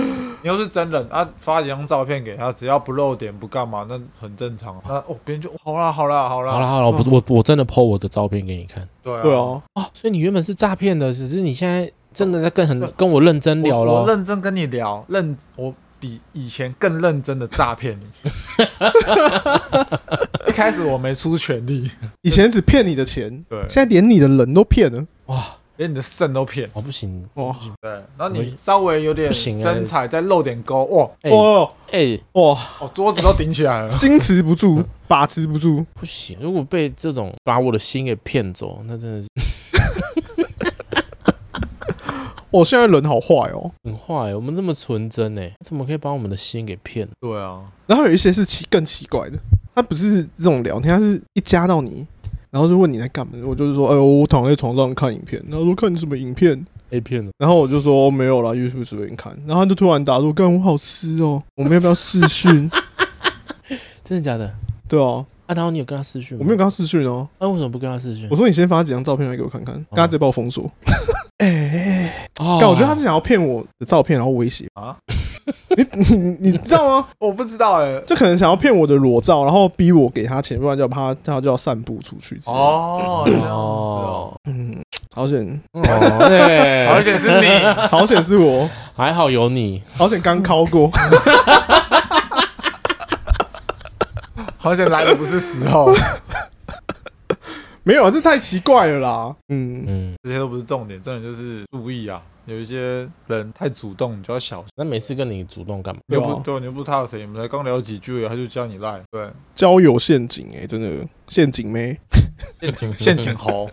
Speaker 3: [laughs] 你又是真人啊！发几张照片给他，只要不露点不干嘛，那很正常。那哦，别人就好啦好啦好啦
Speaker 2: 好了好了，我不我我真的 PO 我的照片给你看
Speaker 3: 对啊
Speaker 1: 对啊，
Speaker 2: 哦，所以你原本是诈骗的，只是你现在真的在跟很跟我认真聊
Speaker 3: 哦我我
Speaker 2: 了，
Speaker 3: 认真跟你聊，认我比以前更认真的诈骗你。 [laughs] 一开始我没出全力，
Speaker 1: 以前只骗你的钱，
Speaker 3: 对，
Speaker 1: 现在连你的人都骗了。
Speaker 2: 哇，
Speaker 3: 连你的肾都骗。
Speaker 2: 哦我不行，
Speaker 1: 哇
Speaker 3: 对，然后
Speaker 2: 我
Speaker 3: 你稍微有点
Speaker 2: 不行啊
Speaker 3: 身材，再露点沟，哇，
Speaker 2: 哎、
Speaker 1: 哇
Speaker 2: 哎、
Speaker 3: [laughs]
Speaker 1: 哇，
Speaker 3: 哦，桌子都顶起来了。
Speaker 1: 矜持不住，把持不住，
Speaker 2: 不行，如果被这种把我的心给骗走，那真的是
Speaker 1: 我现在人好坏哦。
Speaker 2: 很坏、欸我们那么纯真哎、怎么可以把我们的心给骗了？
Speaker 3: [laughs] 对啊，
Speaker 1: 然后有一些是奇更奇怪的，他不是这种聊天，他是一加到你，然后就问你在干嘛，我就是说，哎、我躺在床上看影片，然后说看你什么影片，
Speaker 2: 被骗了，
Speaker 1: 然后我就说、哦没有啦 y o u t u b 随便看，然后他就突然打住，干我好湿哦，我们要不要试训？
Speaker 2: 真的假的？
Speaker 1: 对啊，
Speaker 2: 啊，然后你有跟他私讯吗？啊
Speaker 1: 我没有跟他试训哦，
Speaker 2: 那、为什么不跟他视讯
Speaker 1: 我？说你先发几张照片来给我看看，跟他直接把我封锁。哎、哎
Speaker 2: 哦
Speaker 1: 但我觉得他是想要骗我的照片，然后威胁
Speaker 3: 啊
Speaker 1: 啊。你你你知道吗？
Speaker 3: 我不知道哎。
Speaker 1: 就可能想要骗我的裸照，然后逼我给他钱，不然就要怕他他就要散步出去之类的。
Speaker 3: 哦，这样子哦
Speaker 2: 哦，，
Speaker 1: 嗯，好险，
Speaker 2: 哦，对，
Speaker 3: 而且是你，
Speaker 1: 好险是我，
Speaker 2: 还好有你，
Speaker 1: 好险刚敲过， [laughs]
Speaker 3: 好险来的不是时候，
Speaker 1: 没有啊，这太奇怪了啦。嗯，
Speaker 2: 嗯，
Speaker 3: 这些都不是重点，重点就是注意啊，有一些人太主动，你就要小心。
Speaker 2: 那每次跟你主动干嘛？
Speaker 1: 对
Speaker 3: 又
Speaker 1: 啊
Speaker 3: 不对，你又不是他的谁，你们才刚聊几句而已，他就叫你赖，对，
Speaker 1: 交友陷阱哎、真的陷阱妹，
Speaker 3: 陷阱陷阱猴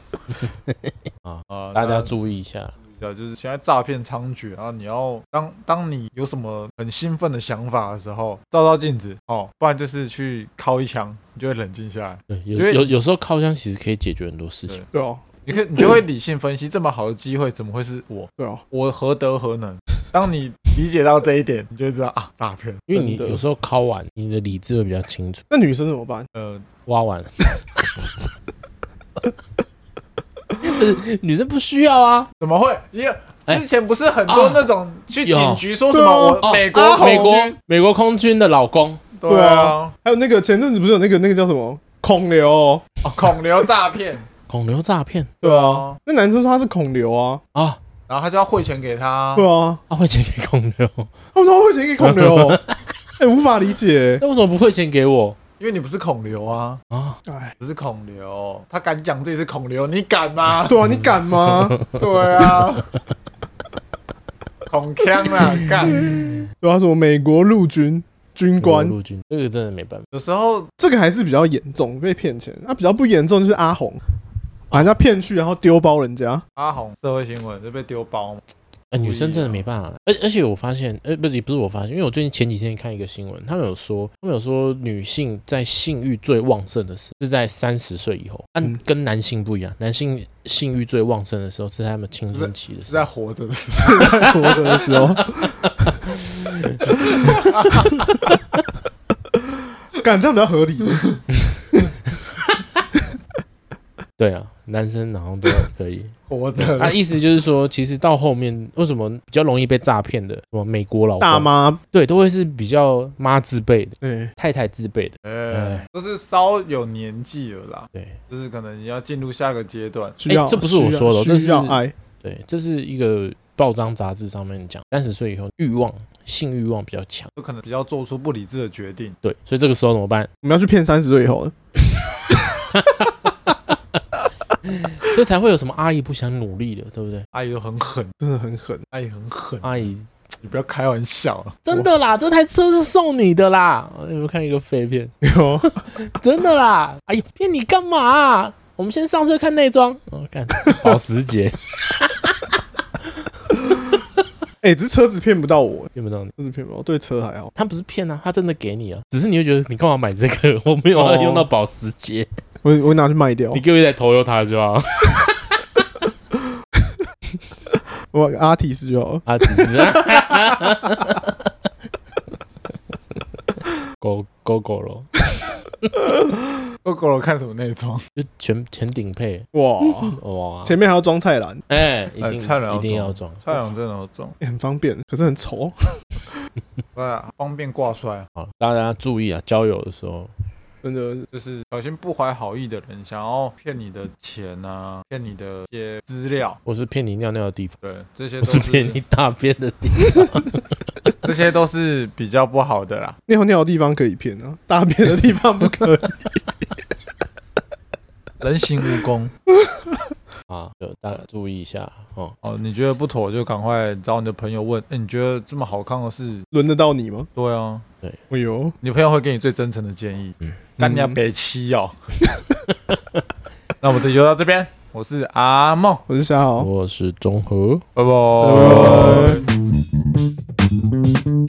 Speaker 2: 啊
Speaker 3: 啊
Speaker 2: [laughs] 大家注意一下，
Speaker 3: 意啊，就是现在诈骗猖獗啊！然后你要当当你有什么很兴奋的想法的时候，照照镜子哦，不然就是去敲一枪，你就会冷静下来，
Speaker 2: 对，
Speaker 3: 因
Speaker 2: 有
Speaker 3: 为
Speaker 2: 有有时候靠枪其实可以解决很多事情
Speaker 1: 对
Speaker 3: 对。
Speaker 1: 哦、
Speaker 3: 你可以你就会理性分析，这么好的机会怎么会是我？
Speaker 1: 对哦、
Speaker 3: 我何德何能？当你理解到这一点，你就会知道啊，诈骗。
Speaker 2: 因为你
Speaker 1: 真的
Speaker 2: 有时候敲完，你的理智会比较清楚。
Speaker 1: 那女生怎么办？
Speaker 3: 呃，
Speaker 2: 挖完， [laughs] 女生不需要啊。
Speaker 3: 怎么会？因为
Speaker 2: 哎
Speaker 3: 之前不是很多
Speaker 2: 啊
Speaker 3: 那种去
Speaker 2: 有
Speaker 3: 警局说什
Speaker 1: 对啊
Speaker 3: 么我
Speaker 2: 哦
Speaker 3: 美国
Speaker 2: 啊
Speaker 3: 空
Speaker 2: 美国
Speaker 3: 军，
Speaker 2: 美国空军的老公，
Speaker 1: 对
Speaker 3: 对
Speaker 1: 啊
Speaker 3: 啊，
Speaker 1: 还有那个前阵子不是有那个那个叫什么孔刘哦、
Speaker 3: 哦恐流诈骗。
Speaker 2: 恐流诈骗
Speaker 1: 对啊，，那男生说他是孔刘啊，
Speaker 2: 啊，
Speaker 3: 然后他就要汇钱给他。
Speaker 1: 对啊，
Speaker 2: 他汇
Speaker 1: [laughs]
Speaker 2: 钱给恐流，
Speaker 1: 哦他们说他会钱给孔刘，哎、无法理解、
Speaker 2: 那为什么不汇钱给我？
Speaker 3: 因为你不是孔刘啊，
Speaker 2: 啊，
Speaker 1: 哎，
Speaker 3: 不是孔刘，他敢讲自己是孔刘，你敢吗？ [laughs]
Speaker 1: 对啊，你敢吗？
Speaker 3: 对啊， [laughs] 孔腔啊，干。
Speaker 1: 对啊，什么美国陆军军官，
Speaker 2: 陆军这个真的没办法。
Speaker 3: 有时候
Speaker 1: 这个还是比较严重，被骗钱。啊那、比较不严重就是阿红，把人家骗去，然后丢包人家。
Speaker 3: 阿红社会新闻就被丢包嘛，
Speaker 2: 呃，女生真的没办法。而而且我发现，呃，不是也不是我发现，因为我最近前几天看一个新闻，他们有说，他们有说女性在性欲最旺盛的时是在三十岁以后，但
Speaker 1: 嗯
Speaker 2: 跟男性不一样，男性性欲最旺盛的时候是在他们青春期的
Speaker 3: 是
Speaker 1: 啊
Speaker 2: 时候。
Speaker 3: 在活着的时候。
Speaker 1: 活着的时
Speaker 2: [laughs]
Speaker 1: 候。干这样比较合理，
Speaker 2: 对啊，男生好像都
Speaker 1: [laughs]
Speaker 2: 可以。
Speaker 3: 活着
Speaker 2: 啊，
Speaker 3: 的
Speaker 2: 意思就是说，其实到后面为什么比较容易被诈骗的，什么美国老公
Speaker 1: 大妈哎
Speaker 2: 对，都会是比较妈自辈的、
Speaker 1: 对，
Speaker 2: 太太自辈的。
Speaker 3: 哎，都是稍有年纪了啦，
Speaker 2: 对
Speaker 3: 就是可能你要进入下个阶段。
Speaker 1: 需要、
Speaker 2: 这不是我说的哦
Speaker 1: 需要
Speaker 2: 这是
Speaker 1: 需要爱，
Speaker 2: 对，这是一个报章杂志上面讲，三十岁以后欲望性欲望比较强。
Speaker 3: 就可能比较做出不理智的决定，
Speaker 2: 对，所以这个时候怎么办？
Speaker 1: 我们要去骗三十岁以后的，
Speaker 2: 所以才会有什么阿姨不想努力了，对不对？
Speaker 3: 阿姨都啊很狠，
Speaker 1: 真的很狠。
Speaker 3: 阿姨很狠，
Speaker 2: 阿姨
Speaker 3: 你不要开玩笑啊了。
Speaker 2: 真的啦，这台车是送你的啦。有没有看一个废 [laughs] 片？
Speaker 1: 有
Speaker 2: 真的啦，哎呀，骗你干嘛啊、我们先上车看内装。哦， [laughs] 看保时捷
Speaker 1: 哎、只是车子骗不到我，
Speaker 2: 骗不到你，
Speaker 1: 车子骗不到我，对车还好。
Speaker 2: 他不是骗啊，他真的给你啊，只是你会觉得你干嘛买这个？ [laughs] 我没有要
Speaker 1: 哦
Speaker 2: 用到保时捷，
Speaker 1: 我我拿去卖掉
Speaker 2: 你，给我一台 Toyota 就好。
Speaker 1: 我阿提斯就
Speaker 2: [laughs]
Speaker 1: 好了。
Speaker 2: 啊，只是狗狗狗咯，
Speaker 3: 狗狗了看什么内装？
Speaker 2: 就全全顶配
Speaker 1: 哇，
Speaker 2: 哇！
Speaker 1: 前面还要装菜篮、
Speaker 2: 哎，一定
Speaker 3: 呃菜篮要
Speaker 2: 一定要装，
Speaker 3: 蔡良真的好重，
Speaker 1: 欸很方便，可是很丑。哦
Speaker 3: 对啊，方便挂帅，
Speaker 2: 好，大家注意啊，交友的时候，
Speaker 1: 真的
Speaker 3: 就是小心不怀好意的人想要骗你的钱啊，骗你的一些资料，
Speaker 2: 我是骗你尿尿的地方，
Speaker 3: 对，这些
Speaker 2: 我
Speaker 3: 都
Speaker 2: 是骗你
Speaker 3: 是
Speaker 2: 大便的地方，
Speaker 3: [laughs] 这些都是比较不好的啦。
Speaker 1: 尿尿的地方可以骗啊，大便的地方不
Speaker 2: [laughs]
Speaker 1: 可以。
Speaker 3: 人形蜈蚣
Speaker 2: 啊，就大家注意一下哦。
Speaker 3: 哦，你觉得不妥就赶快找你的朋友问，哎，你觉得这么好看的事？
Speaker 1: 轮得到你吗？
Speaker 3: 对啊，
Speaker 1: 哎呦，
Speaker 3: 你朋友会给你最真诚的建议
Speaker 2: 嗯。
Speaker 3: 干你娘北七哦！ [laughs] 那我们这集就到这边，我是阿梦，
Speaker 1: 我是夏豪。
Speaker 2: 我是中和。
Speaker 3: 拜
Speaker 1: 拜
Speaker 3: 拜
Speaker 1: 拜。